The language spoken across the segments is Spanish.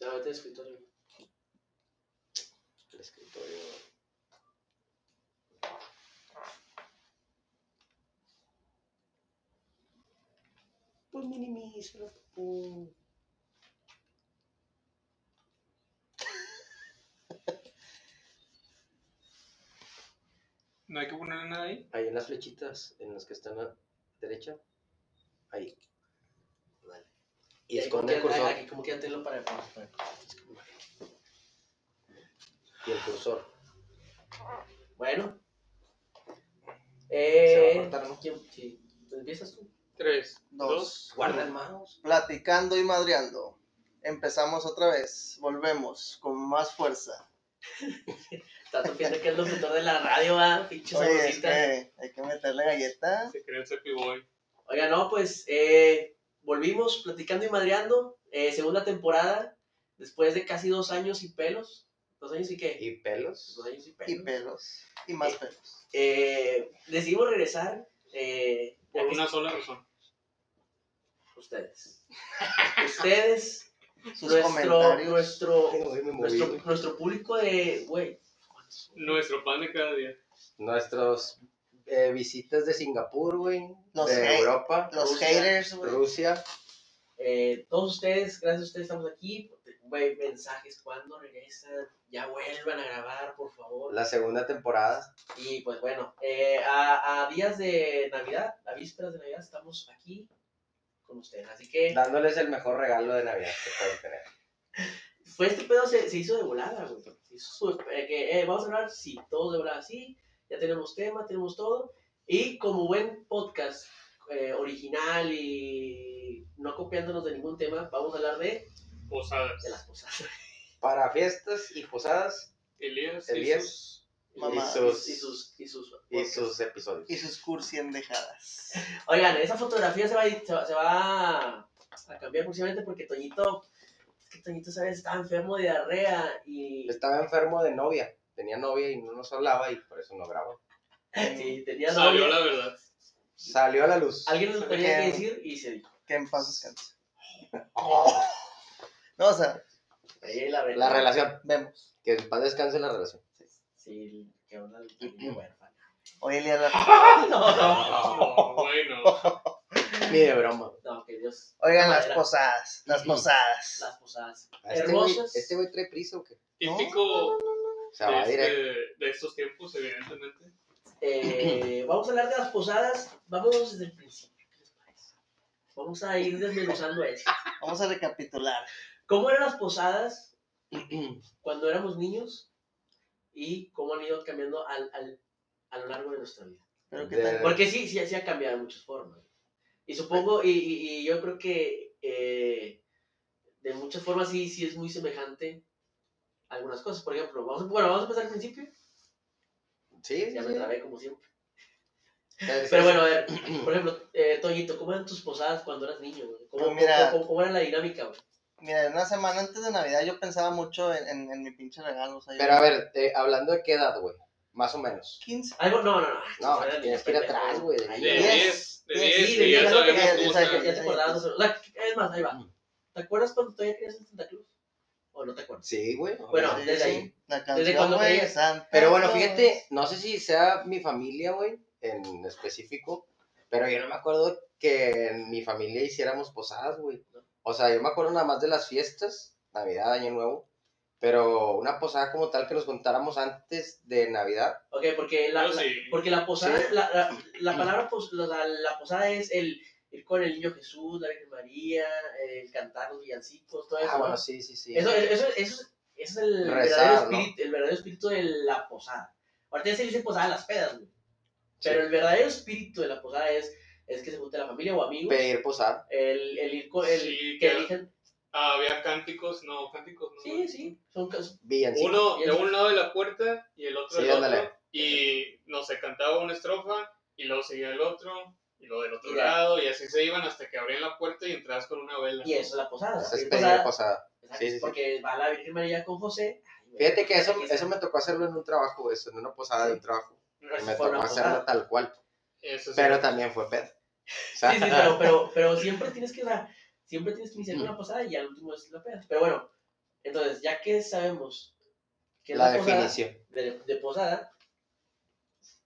Vete al escritorio. El escritorio. Pues minimízalo. pum. No hay que ponerle nada ahí. Ahí en las flechitas, en las que están a la derecha. Ahí. Vale. Y Ahí esconde el Eh, como que- cursor. Aquí como que ya tenlo para... para- para- Y el cursor. Bueno. Se va a Eh, cortar, ¿no? ¿quién- sí. ¿Empiezas tú? 3, Dos. Guarda Guarda el el mouse. Platicando y madreando. Empezamos otra vez. Volvemos con más fuerza. Está topiando que es el locutor de la radio, va, pinche Oye, es sabrosita. que hay que meterle galleta. Se cree el Cepi Boy. Oiga, no, pues eh, volvimos platicando y madreando. eh, segunda temporada, después de casi dos años y pelos. ¿Dos años y qué? ¿Y pelos? Dos años y pelos. Y pelos. Y más pelos. Eh, decidimos regresar. Eh, ya Por que una sola razón. Ustedes. Ustedes, Sus nuestro, comentarios. nuestro, Ay, güey, me moví, nuestro, güey. nuestro público de. Güey. Nuestro pan de cada día. Nuestros eh, visitas de Singapur, güey. Los de hate- Europa. Los Rusia, haters, güey. Rusia. eh, todos ustedes, gracias a ustedes estamos aquí. Güey, mensajes, cuando regresan? Ya vuelvan a grabar, por favor. La segunda temporada. Y pues bueno, eh, a, a días de Navidad, a vísperas de Navidad, estamos aquí con ustedes. Así que Dándoles el mejor regalo de Navidad que pueden tener. fue este pedo, se, se hizo de volada, güey. Se hizo su- eh, que, eh, vamos a hablar, sí, todos de volada, sí. Ya tenemos tema, tenemos todo. Y como buen podcast eh, original y no copiándonos de ningún tema, vamos a hablar de, Posadas. de las cosas. Para fiestas y posadas Elías. Elías. Jesús. y Mamá. sus, Y sus, y sus, y podcasts. sus episodios. Y sus cursiendejadas. Oigan, esa fotografía se va, a ir- se va, se va a cambiar próximamente porque Toñito, es que Toñito, ¿sabes? Estaba enfermo de diarrea y Estaba enfermo de novia. Tenía novia y no nos hablaba y por eso no grabó. Eh, sí, tenía Salió novia. la verdad. Salió a la luz. Alguien nos lo tenía que Porque- decir y se dijo. Que en paz descanse. No, o sea, Eh, la La verdad. relación. vemos. Que en paz descanse la relación. Sí, qué onda el Toñito, bueno. fan. Oye, Eliana. No, no, No, bueno. Ni de broma. no, que Dios. Oigan, la las madera, posadas. Las Ujú. posadas. Las posadas. A Este güey Hermosas. este güey trae prisa o qué? Típico O sea, va de, directo. este- de estos tiempos, evidentemente. Eh, vamos a hablar de las posadas. Vamos desde el principio. ¿Qué les parece? Vamos a ir desmenuzando eso. Vamos a recapitular. ¿Cómo eran las posadas cuando éramos niños y cómo han ido cambiando al, al- a lo largo de nuestra vida? Pero qué De- tal. Porque sí, sí, sí ha cambiado de muchas formas. Y supongo, y, y- y yo creo que eh, de muchas formas sí, sí es muy semejante a algunas cosas. Por ejemplo, vamos, bueno, vamos a empezar al principio. Sí, sí, Ya me sí. trabé como siempre. Es- Pero es- bueno, a ver, por ejemplo, eh, Toñito, ¿cómo eran tus posadas cuando eras niño? güey? ¿Cómo, Pues mira- cómo- cómo era la dinámica? güey? Mira, una semana antes de Navidad yo pensaba mucho en, en- en mi pinche regalo. O sea, yo- Pero a ver, eh, hablando de qué edad, güey. Más o menos. 15. Algo, no, no, no. No, Era tienes que ir pendejo, atrás, güey, de Ay, De Diez. 10. De Sí, 10. Sí, que de ya ya lo que sabemos ya, cómo sabes está. ya te acordabas. O sea, es más, ahí va. ¿Te acuerdas cuando todavía creías en Santa Cruz? ¿O no te acuerdas? Sí, güey. Bueno, obviamente. desde ahí. La canción, cuando güey, creías? Santa Pero bueno, Claus. fíjate, no sé si sea mi familia, güey, en específico, pero yo no me acuerdo que en mi familia hiciéramos posadas, güey. O sea, yo me acuerdo nada más de las fiestas, Navidad, Año Nuevo, pero una posada como tal que nos contáramos antes de Navidad. Ok, porque la, Yo la- sí. Mm. porque la posada, Sí. la, la, la palabra pos- la, la- la posada es el ir con el niño Jesús, la Virgen María, el cantar los villancicos, todo eso. Ah, ¿no? bueno, sí, sí, sí. Eso, eso, eso, es- ese es el, verdadero Rezar, ¿no? espíritu, el verdadero espíritu de la posada. Ahorita ya se le dice posada a las pedas, güey. Sí. Pero el verdadero espíritu de la posada es, es que se junte la familia o amigos. Pedir posada. El, el ir con. El, Sí, que ya. elijan. Ah, había cánticos. No, cánticos no. Sí, sí. Son casos. Villancico. Uno Sí, de sí. un lado de la puerta y el otro Sí, del otro. ándale. Y no sé, cantaba una estrofa y luego seguía el otro y luego del otro Y ya. lado y así se iban hasta que abrían la puerta y entrabas con una vela. Y eso es la posada. Eso es la pedir posada- posada. Exacto, Sí, sí, sí. Porque va la Virgen María con José. Ay, güey, Fíjate que eso, aquí está. eso me tocó hacerlo en un trabajo, eso, en una posada de Sí. un trabajo. No, eso Me fue tocó una hacerlo posada. tal cual, Eso sí. pero también fue pedo. O sea, Sí, sí, Mm. pero, pero, pero siempre tienes que, o sea, siempre tienes que iniciar con una posada y al último es la peda. Pero bueno, Entonces, ya que sabemos que es la posada definición. de, de posada,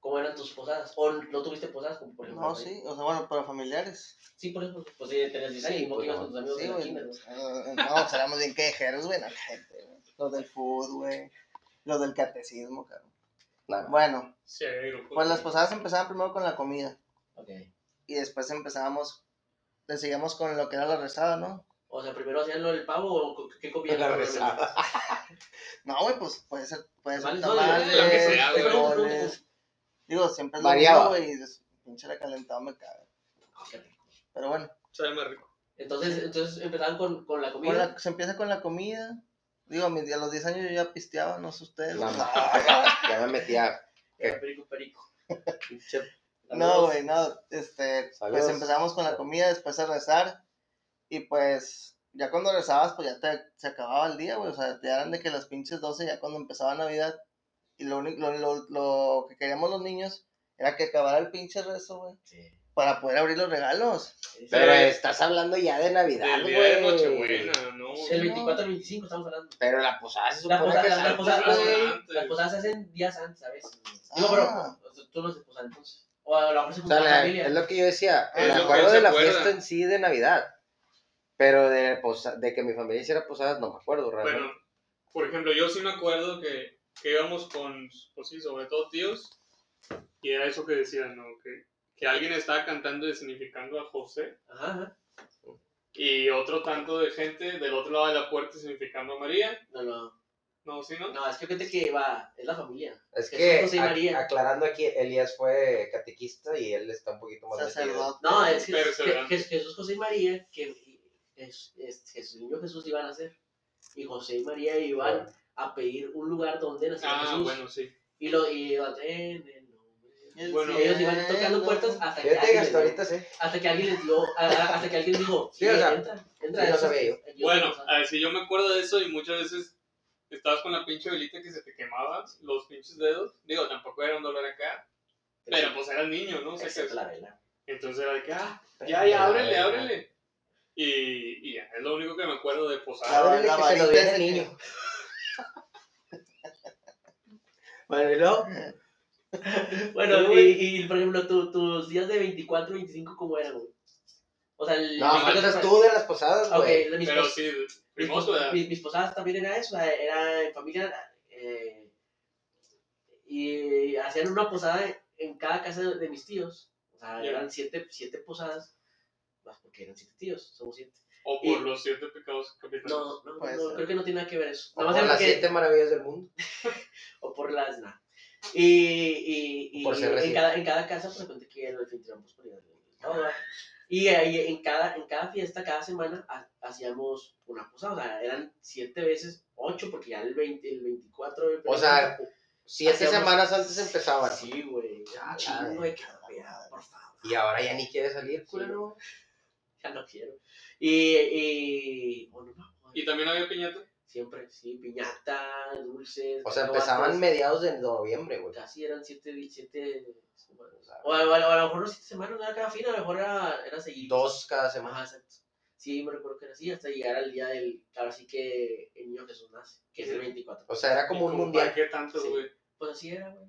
¿cómo eran tus posadas? ¿O no tuviste posadas? Como por ejemplo, No, sí, o sea, bueno, para familiares. Sí, por eso, pues sí, tenías 10 años Sí, y no pues, ibas no. con tus amigos Sí, de la güey. quinta, ¿no? eh, No, seramos bien quejeros, güey, la gente, güey. Los del food, güey. Los del catecismo, cabrón. Nada. Bueno, Sí, hay grupos. pues las posadas empezaban primero con la comida. Ok. Y después empezábamos, le seguíamos con lo que era la rezada, ¿no? O sea, primero hacían lo del pavo o co- qué comían. La Porque- rezada. No, güey, pues puede ser, puede ser Tamales, no, tamales, lo que sea, güey. frijoles. Digo, siempre es lo Variaba. mismo, güey. y des- Pinche recalentado me caga. Pero bueno, Sabe más rico. Entonces, entonces empezaban con, con la comida. con la- se empieza con la comida. Digo, a, mis- a los 10 años yo ya pisteaba, no sé ustedes. No, No, no. Ya me metía. Era Perico, perico. pinche- No, güey, no. Este, Saludos. pues empezamos con la comida, después a rezar. Y pues, ya cuando rezabas, pues ya te, se acababa el día, güey. O sea, ya eran de que las pinches 12, ya cuando empezaba Navidad. Y lo, único- lo, lo, lo que queríamos los niños era que acabara el pinche rezo, güey. Sí. Para poder abrir los regalos. Sí. Pero eh, estás hablando ya de Navidad, Del día de güey. Nochebuena, ¿no? El 24 al 25 estamos hablando. Pero la posada Ah, se La supone posada, que la, es la antes, posada, güey. güey. las- las posadas se hacen días antes, ¿sabes? No, Ah. pero o sea, tú no se posadas entonces. O a lo mejor se O sea, juntan la la- es familia. lo que yo decía. Es Me lo que acuerdo él se de la acuerda. fiesta en sí de Navidad. Pero de, posa- de que mi familia hiciera posadas, no me acuerdo realmente. Bueno, por ejemplo, yo sí me acuerdo que, que íbamos con, pues sí, sobre todo tíos, y era eso que decían, ¿no? Que, que alguien estaba cantando y significando a José, Ajá, ajá. y otro tanto de gente del otro lado de la puerta significando a María. No, no. No, sí, ¿no? No, es que fíjate que va, es la familia. es Jesús, que José y ac- María. aclarando aquí, Elías fue catequista y él está un poquito más metido. Sacerdote. No, es que, Pero es- se que- verán. que Jesús, José y María, que es, es- Jesús, niño Jesús iban a hacer. Y José y María iban a pedir un lugar donde nacer Ah, pues, Jesús. bueno, sí. Y lo y iban en el nombre. de- El Bueno, Y ellos iban tocando cielo. puertas hasta que, Fíjate que alguien les hasta dio- ahorita sí. hasta que alguien les dio, a- a- hasta que alguien dijo, Sí, o sea, entra, entra. sí, lo eso sabía es- yo. es- Bueno, o sea, a ver, si yo me acuerdo de eso y muchas veces estabas con la pinche velita que se te quemaban los pinches dedos. Digo, tampoco era un dolor acá, pero pues eras niño, ¿no? O sea, excepto que- la vela. entonces era de que, ah, ya, ya, ábrele, ábrele. Y, y ya, es lo único que me acuerdo de posada. Ábrele La que se lo varita dé de ese niño. bueno, y luego, Bueno, Pero, y, güey. y, por ejemplo, tu- tus días de 24, 25, ¿cómo eran, güey? O sea, el... No, cuentas tú de las posadas, Ok, güey. de mis Pero pos- sí, mis, primoso, pos- ¿verdad? mis- mis posadas también era eso, o sea, era en familia. eh, y hacían una posada en cada casa de, de mis tíos. O sea, Ya. eran siete, siete posadas, más porque eran siete tíos, somos siete. O y- por los siete pecados capitales. No, no, Puede no, ser. creo que no tiene nada que ver eso. O Nada más por era las porque- siete maravillas del mundo. o por las nah. Y, y, y Por ser en, recién. cada, en cada casa, por ejemplo, que el anfitrión pues, ponía el- todo, ¿verdad? Y ahí en cada, en cada fiesta, cada semana, ha- hacíamos una posada. O sea, eran siete veces, ocho, porque ya el 20, el 24. el O sea, primero- Siete Hacíamos- semanas antes empezaban. Sí, güey. A Un la chingo vez. de carrera, por favor. Y ahora ya ni quiere salir, culero. Ya no quiero. Y. y bueno, no, Y también había piñata. siempre, sí, piñata, dulces. O sea, cacahuates. empezaban mediados de noviembre, güey. Casi eran siete, di- siete semanas. O sea, O a, o a- o a lo mejor no siete semanas, no era cada fin, a lo mejor era, era seguir. Dos cada Ajá, semana. exacto. Sí, me recuerdo que era así, hasta llegar al día del. Ahora sí que el niño Jesús nace, que es el 24. O sea, era como Y un mundial. ¿Para qué tanto, Sí. güey? Pues así era, güey.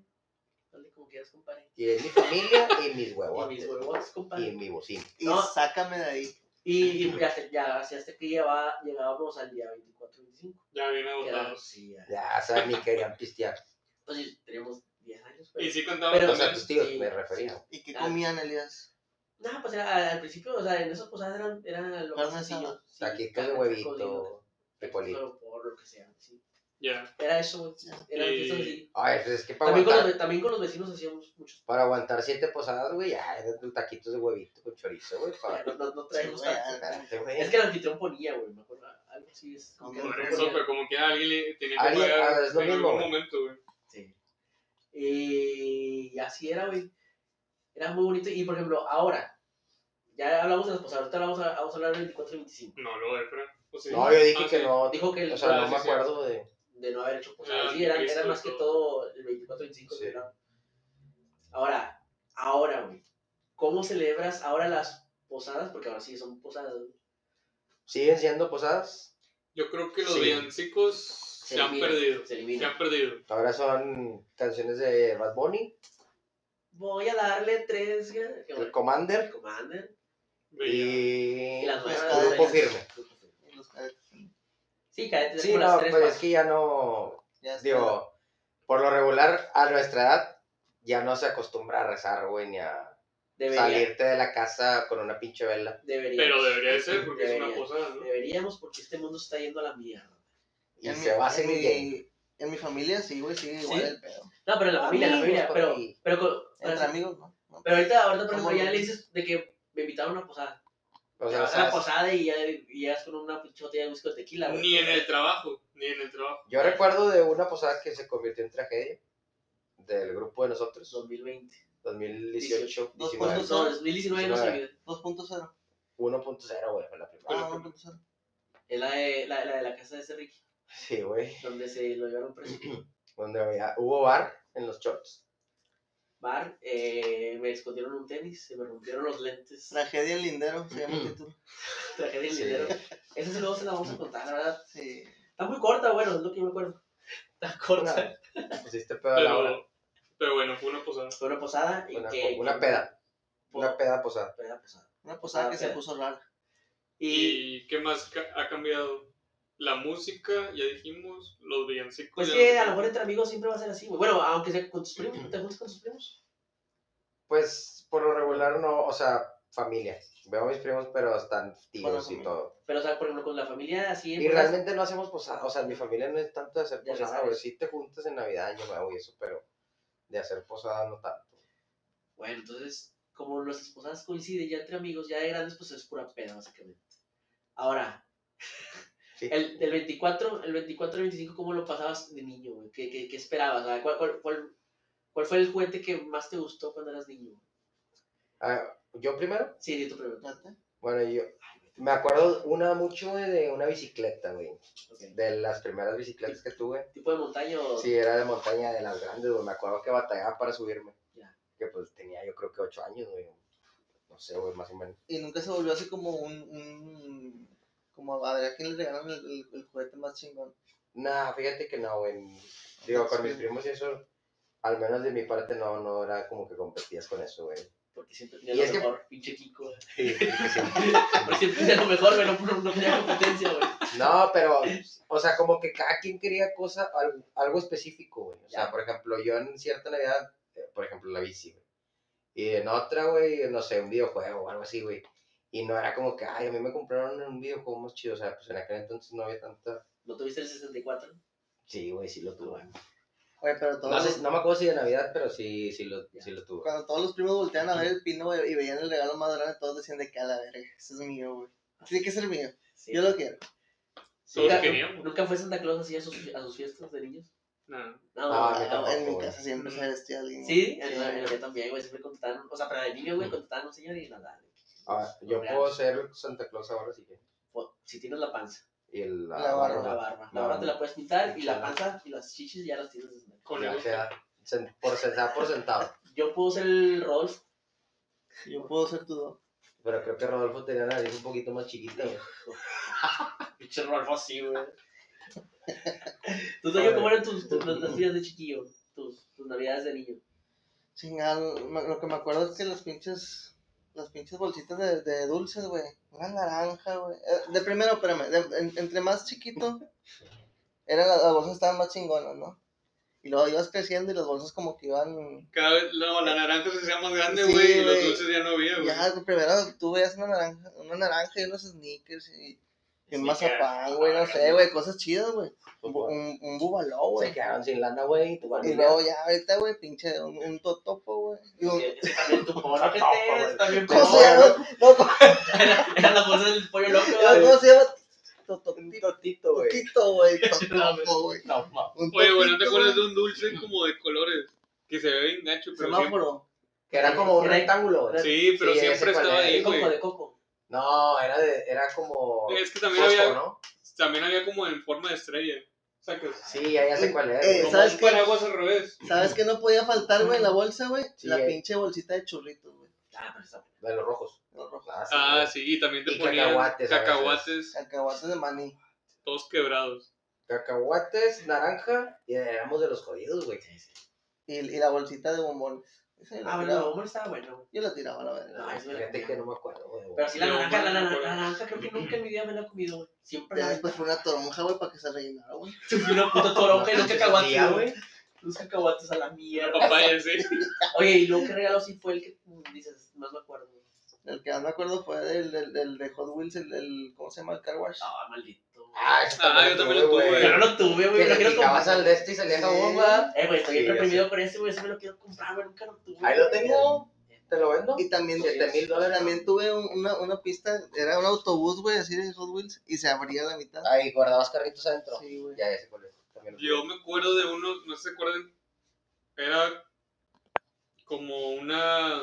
Dale como quieras, compadre. Y es mi familia y mis Y huevos. mis huevos, Y compadre. mi bocina. Y No. sácame de ahí. Y, y ya, hasta- ya, así hasta que llevaba- llegábamos al día 24, 25. Ya bien que era- agotados. sí, ya. Ya, o sea, ni querían pistear. Entonces teníamos 10 años, güey. Y sí contaban Pero- O también. sea, tus tíos Sí. me refería. ¿Y qué Ah. comían, Elías? No, pues era, al principio, o sea, en esas posadas eran, eran lo más Carne sencillo. Sí, Taquitos de carne, huevito, frijolito, pecolito. pero por lo que sea, sí. Ya. Era eso, güey. Era Y- fiestas así. Ay, pues es que para También con, los, aguantar, ve- también con los vecinos hacíamos muchos. para aguantar siete posadas, güey, ya, eran tus taquitos de huevito con chorizo, güey. o sea, Para... No, no, no traíamos Sí, güey, tanto. Espérate, güey. Es que el anfitrión ponía, güey, me acuerdo. Algo así es. como que el Por Por anfitrión ponía. eso, pero como que alguien le tenía que Alguien- pagar ah, es lo en mismo, algún güey. momento, güey. Sí. Y así era, güey. Era muy bonito. Y por ejemplo, ahora, ya hablamos de las posadas, ahorita vamos a, vamos a hablar del 24 y 25. No, lo de Fran. ¿O sí? No, yo dije Ah, que sí. no. Dijo que el- O sea, no me sí, sí. acuerdo de. De no haber hecho posadas. Ah, sí, era, que era esto, más que todo. todo el 24 y 25. Sí. que era. Ahora, ahora, güey. ¿Cómo celebras ahora las posadas? Porque ahora sí son posadas, güey. ¿Siguen siendo posadas? Yo creo que los Sí. villancicos se, han elimina, perdido. Se Se elimina. han perdido. Ahora son canciones de Bad Bunny, Voy a darle tres. ¿qué- qué el bueno? Commander Commander. Bella. y, Y las pues, nuevas de- Grupo Firme. Los cadetes, Sí, cadetes. Sí, como las no, pues, tres, pues. pero es cuatro. que ya no, ya está. digo, por lo regular a nuestra edad ya no se acostumbra a rezar, güey, ni a Debería, salirte de la casa con una pinche vela. debería. Pero debería de ser porque es Debería. una posada, ¿no? Deberíamos porque este mundo está yendo a la mierda. Y En mi- se va a en hacer bien. mi, en mi familia sí, güey, sí, igual ¿Sí? el pedo. No, pero en la familia, en la familia. Amigos, Pero, papi. pero, con- Entre amigos, ¿no? No. pero ahorita, ahorita, por Somos ejemplo, ya amigos. le dices de que me invitaron a una posada. O Te sea, vas a la ¿sabes? posada y ya, y ya es con una pinche botella de whisky o tequila, güey. Ni en el trabajo, ni en el trabajo. Yo recuerdo de una posada que se convirtió en tragedia del grupo de nosotros, 2020. 2018, Dos 19. Pues, puntos. No, 2019 no se olvida. 2.0. 1.0, güey, fue la primera. Ah, 1.0. Es la de la, la de la casa de ese Ricky, Sí, güey. donde se lo llevaron preso. Donde había, hubo bar en los shorts. Bar, eh, me escondieron un tenis, se me rompieron los lentes. Tragedia en Lindero, se Mm. llama el título. Tragedia el Sí. dinero. Esa sí luego se la vamos a contar, la verdad. Sí. Está muy corta, bueno, es lo que yo me acuerdo. Está corta. Una- pusiste pedo a la hora. Pero, pero bueno, fue una posada. Fue una posada y Una, que. una que- peda. Una po- peda posada. peda posada. Una posada Ah, que ok. se puso rara. Y ¿Y qué más ca- ha cambiado? La música, ya dijimos, los villancicos. pues ya que no- a lo mejor entre amigos siempre va a ser así, güey. Bueno, aunque sea con tus primos, ¿te juntas con tus primos? Pues por lo regular no, o sea, familia. Veo a mis primos, pero están Bueno, tíos y familia. todo. Pero, o sea, por ejemplo, con la familia así. en Y bodas, realmente no hacemos posada. O sea, mi familia no es tanto de hacer pues, Ya posada, sabes. güey. Sí te juntas en Navidad, Año Nuevo y eso, pero de hacer posada no tanto. Bueno, entonces, como las esposas coinciden ya entre amigos, ya de grandes, pues es pura peda, básicamente. Ahora, Sí. el, del 24, el 24 y 25, ¿cómo lo pasabas de niño, güey? ¿Qué, qué, qué esperabas? O sea, ¿Cuál, cuál, cuál, cuál fue el juguete que más te gustó cuando eras niño? güey? Ah, yo primero, Sí, di tu pregunta. Fíjate. bueno, yo me acuerdo una mucho güey, de una bicicleta, güey. Ok. De las primeras bicicletas que tuve. ¿Tipo de montaña o...? Sí, era de montaña de las grandes, güey. Me acuerdo que batallaba para subirme. Ya. Que pues tenía yo creo que ocho años, güey. No sé, güey, más o menos. Y nunca se volvió así como un. un como a ver a quién le regalan el, el- el juguete más chingón. Nah, fíjate que no, güey. Digo, con mis Sí. primos y eso, al menos de mi parte, no, no era como que competías con eso, güey. Porque siempre tenía Y lo es que- mejor, pinche Kiko. Sí, sí. Porque siempre tenía lo mejor, güey, no, no tenía competencia, güey. No, pero, o sea, como que cada quien quería cosa, algo, algo específico, güey. O sea, por ejemplo, yo en cierta Navidad, eh, por ejemplo, la bici, güey. Y en otra, güey, no sé, un videojuego o algo así, güey. Y no era como que, ay, a mí me compraron un videojuego más chido. O sea, pues en aquel entonces no había tanta. ¿No tuviste el 64? Sí, güey, sí lo tuve. Oye, pero todos No, los- sé- no me acuerdo si de Navidad, pero sí, sí lo, sí lo tuve. cuando todos los primos volteaban a ver el pino güey, y veían el regalo más grande, todos decían de que a la verga, ese es mío, güey. Tiene que ser mío, Sí. yo lo quiero. Sí, Todos era- queríamos. ¿Nunca fue Santa Claus así a sus, a sus fiestas de niños? Nada. No, Ah, no, me no, tampoco, en mi güey. casa siempre se vestía alguien. Sí, en la- en la güey. mía también, güey. Siempre contrataron, o sea, para el niño, güey, contrataron a un señor y nada. güey. Ah, yo Real. puedo ser Santa Claus ahora, sí que. Po- Si tienes la panza, Y el, La barba. Ah, la barba. La barba te la puedes pintar y la panza y las chichis ya las tienes. desnudas. Con Ya, el o sea, sen- por, se da por sentado. Yo puedo ser el Rolf. Yo puedo ser tu don. Pero creo que Rodolfo tenía la nariz un poquito más chiquita, güey. Pinche Rolfo así, güey. ¿Tú sabes cómo eran tus, tus, las tuyas de chiquillo? Tus, tus navidades de niño. Chingado, me- lo que me acuerdo es que las pinches, las pinches bolsitas de, de dulces, güey. Una naranja, güey. Eh, De primero, espérame, de- en- entre más chiquito, eran las, las bolsas estaban más chingonas, ¿no? Y luego ibas creciendo y las bolsas como que iban... Cada vez, no, la naranja se hacía más grande, Sí, güey, y los güey. dulces ya no había, güey. Ya, primero tú veías una naranja, una naranja y unos sneakers y, y un Sí, mazapán, claro. güey, no sé, güey, cosas chidas, güey. Un, bu- Se un, un bubaló, güey. quedaron sin lana, güey. tu Y familia. luego ya ahorita, güey, pinche un, un totopo, güey. Y un- Ese También tu porra que güey. también ¿Cómo porra. se llama? No, ¿cómo Eran las bolsas del pollo loco, güey. cómo se llama? Un Tototito, totito, güey. totito, güey. Totopo, güey. No, ma. Un Oye, güey, ¿no te totito, acuerdas de güey. un dulce como de colores? Que se ve bien gacho, pero siempre... Semáforo. Que era como un Era- rectángulo, güey. Sí, pero Sí, ese siempre cual estaba era, ahí, De coco, güey. de coco. No, era, de, era como. Es que también fosco, había, ¿no? también había como en forma de estrella. O sea, que Sí, ya, ya sé cuál era. Eh, güey. como ¿sabes un qué? paraguas al revés. ¿Sabes qué no podía faltar, güey, en la bolsa, güey? Sí, la eh. pinche bolsita de churritos, güey. Ah, pero está De los rojos. Los rojos. Ah, sí. Ah, güey. sí, y también te Y ponían cacahuates a veces. cacahuates. Cacahuates de maní. todos quebrados. Cacahuates, naranja y éramos de los jodidos, güey. Y, y la bolsita de bombón. Esa yo la Ah, bueno, el tiraba. bombón estaba bueno. Yo la tiraba, la verdad. No, eso era- Fíjate que no me acuerdo, güey. Pero sí, la Yo, naranja, la, bueno, la- por- la naranja creo que nunca en mi vida me la he comido, güey. Siempre Ya la Ah, después fue una toronja, güey, para que se rellenara, güey. Fui una puta toronja y los Tía, cacahuates, güey. güey. Los cacahuates a la La mierda. papaya, sí. Oye, y luego que regalo sí fue el que mm, dices, más me acuerdo. güey. El que más me acuerdo fue del, del, del de Hot Wheels, el, del- ¿cómo se llama? El car wash. Ah, maldito. Ah, eso Ah, yo también lo tuve. Yo no lo tuve, güey. me Que lo le quiero picabas comprar. al de este y salía Sí. jabón, va. Eh, güey, estoy Sí, bien ya reprimido por ese, güey. Ese me lo quiero comprar, güey. Nunca lo tuve. Ahí lo güey. tengo. ¿Te lo vendo? Y también, Siete mil dólares. también tuve un- una, una pista, era un autobús, güey, así de Hot Wheels, y se abría la mitad. Ahí guardabas carritos adentro. Sí, güey. Ya, ese colegio. También lo tuve. Yo me acuerdo de uno, no se acuerdan, era como una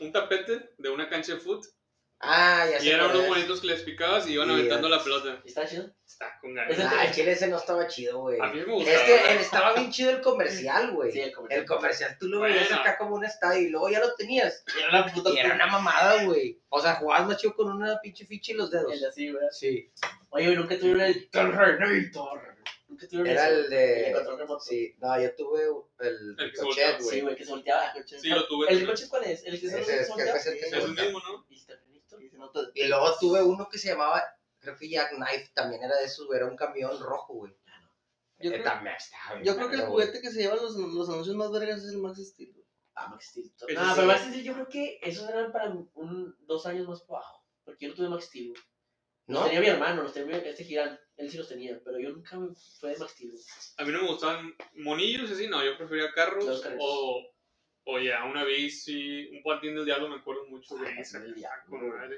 un tapete de una cancha de foot Ah, ya y sé. eran cuál unos es. bonitos que les picabas y iban Sí, aventando ya. la pelota. ¿Está chido? Está con Ese- ganas. Ah, el chile ese no estaba chido, güey. A mí me Es gustaba. que él estaba bien chido el comercial, güey. Sí, el el, comercial. comercial. tú lo veías Bueno. acá como un estadio y luego ya lo tenías. Era una puta Y era una mamada, güey. O sea, jugabas más chido con una pinche ficha y los dedos. El así, güey. Sí. Oye, güey, nunca tuvieron el Terrenator. Nunca tuvieron Era ese, el güey. El de. control remoto. Sí, no, yo tuve el El que se ricochet, Sí, güey. güey, que se volteaba. Sí, lo tuve. ¿El coche cuál es? ¿El que se Ese que se es que- volteaba? ese es que Es el mismo, ¿no? ¿Y Terrenator? Y se nota- Y luego tuve uno que se llamaba, creo que Jack Knife también era de esos, güey, era un camión rojo, güey. Yo Eh, creo- también estaba bien Yo creo que el verga, güey. juguete que se lleva los, los anuncios más vergas es el Max Steel. güey. Ah, Max Steel. Ese No, sí. pero Max Steel yo creo que esos eran para un, dos años más para abajo. Porque yo no tuve Max Steel. güey. Los ¿No? tenía mi hermano, los tenía este Girán. Él sí los tenía, pero yo nunca me fue de Max Steel. güey. A mí no me gustaban monillos y así, no, yo prefería carros Los carros. o, o ya una bici, un patín del diablo, me acuerdo mucho Ah, de patín esa. del ah, con diablo. madre.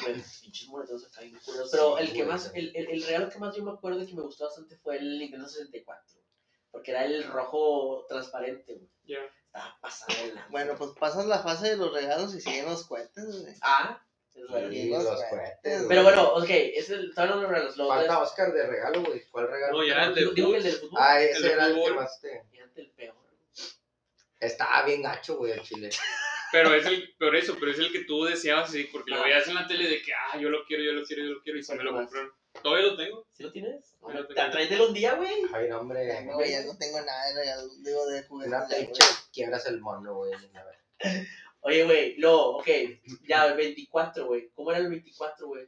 Bueno, Pues, pinches monedos acá bien culeros. Pero Sí, el que güey, más, el, el, el regalo que más yo me acuerdo que me gustó bastante fue el Nintendo 64. güey. Porque era el rojo transparente, güey. Ya. Estaba pasado el lanza. Bueno, pues pasas la fase de los regalos y siguen los cohetes, güey. Ah, es verdad. Sí, los cohetes, güey. Pero bueno, ok, es el, estaban hablando de los regalos. pues Falta Oscar de regalo, güey. ¿Cuál regalo? No, ya el de Digo digo que el del Hoops. fútbol. Ah, el ese de era el que fútbol. más te... Fíjate el peor. Estaba bien gacho, güey, el chile. Pero es el, pero eso, pero es el que tú deseabas así, porque lo Ah. veías en la tele de que, ah, yo lo quiero, yo lo quiero, yo lo quiero, y se me lo Ajá. compraron. Todavía lo tengo. ¿Sí lo tienes? No, no tengo. Tráetelo un día, güey. Ay, no, hombre. Ya, güey, ya no tengo nada de regalos, digo, de juguetes. Una ya, güey. pinche quiebras el mono, güey. A ver. Oye, güey, luego, ok, ya, el 24, güey. ¿Cómo era el 24, güey?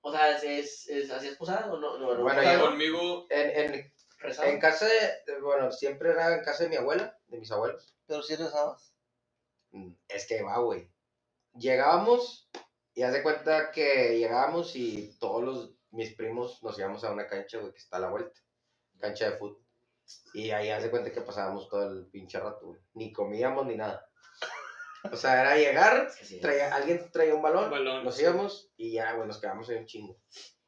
O sea, ¿es, es, es, ¿hacías posada o no? no, no Bueno, posada, yo- ¿no? Conmigo, En, en, Ah. Rezaba. en casa de, bueno, siempre era en casa de mi abuela, de mis abuelos. Pero sí rezabas. Mm, Es que ahí va, güey. Llegábamos y haz de cuenta que llegábamos y todos los, mis primos nos íbamos a una cancha, güey, que está a la vuelta. Cancha de fútbol. Y ahí haz de cuenta que pasábamos todo el pinche rato, güey. Ni comíamos ni nada. O sea, era llegar, Sí, sí. traía, alguien traía un un balón, balón. nos íbamos y ya, güey, nos quedamos en un chingo.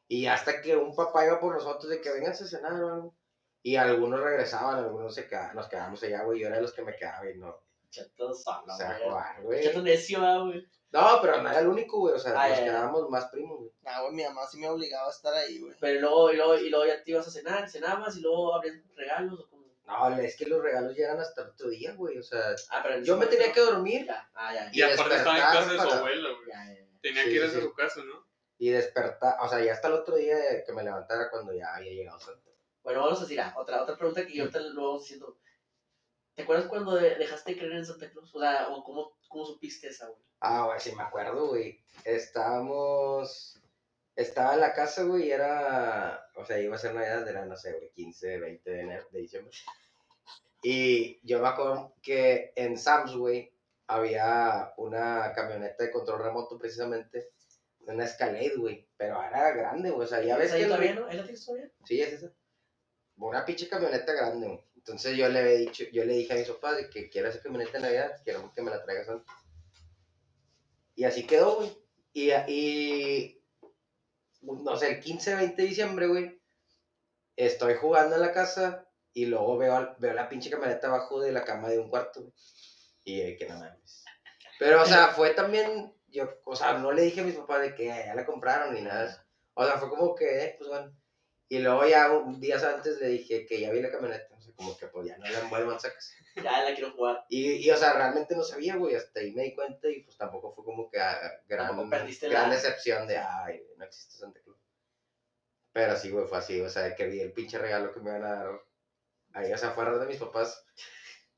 Y hasta que un papá iba por nosotros de que vengan a cenar o algo. Y algunos regresaban, algunos se quedaban, nos quedábamos allá, güey. Yo era de los que me quedaba y no. Chato solo, O sea, güey. jugar, güey. Chato necio, ah, güey. No, pero no era el único, güey. O sea, Ah, nos ya, ya. quedábamos más primos, güey. Nah, güey, mi mamá sí me obligaba a estar ahí, güey. Pero luego, y luego, y luego ya te ibas a cenar, cenabas y luego abrías regalos o como... No, es que los regalos llegan hasta el otro día, güey. O sea, Ah, pero en ese yo me tenía que momento- dormir Ya, ah, ya, ya. Y, aparte estaba en despertar casa de su para- abuela, güey. ya, ya, ya. Tenía Sí, que ir sí, a sí. su casa, ¿no? y despertar. O sea, ya hasta el otro día que me levantara cuando ya había llegado Santa. Bueno, vamos a decir, ah, otra, otra pregunta que yo ahorita lo vamos haciendo. ¿Te acuerdas cuando de- dejaste de creer en Santa Claus? O sea, o cómo, cómo supiste esa, güey. Ah, güey, sí me acuerdo, güey. Estábamos. Estaba en la casa, güey, y era. O sea, iba a ser Navidad, era, no sé, güey, 15, 20 de enero, de diciembre. Y yo me acuerdo que en Sam's, güey, había una camioneta de control remoto, precisamente. Una Escalade, güey. Pero era grande, güey. O sea, ya ¿Esa ves pues, ahí que. todavía, no? ¿Ahí la tienes todavía? Sí, es esa. Una pinche camioneta grande, güey. Entonces yo le había dicho, yo le dije a mis papás de que quiero esa camioneta de Navidad, quiero que me la traigas antes. Y así quedó, güey. Y, y no sé, el 15, 20 de diciembre, güey, estoy jugando en la casa y luego veo, al- veo la pinche camioneta abajo de la cama de un cuarto, güey. Y eh, que no mames. Pero, o sea, fue también, yo, o sea, no le dije a mis papás de que "Ah, ya la compraron ni nada. de eso. O sea, fue como que, eh, pues bueno. Y luego ya un- días antes le dije que ya vi la camioneta, o sea, como que pues ya no la envuelvan, sacas. Ya la quiero jugar. Y, y, o sea, realmente no sabía, güey, hasta ahí me di cuenta y pues tampoco fue como que ah, gran, Tampoco perdiste gran la- decepción de, ay, no existe Santa Claus. Pero sí, güey, fue así. O sea, que vi el pinche regalo que me iban a dar ahí, o sea, fuera de mis papás.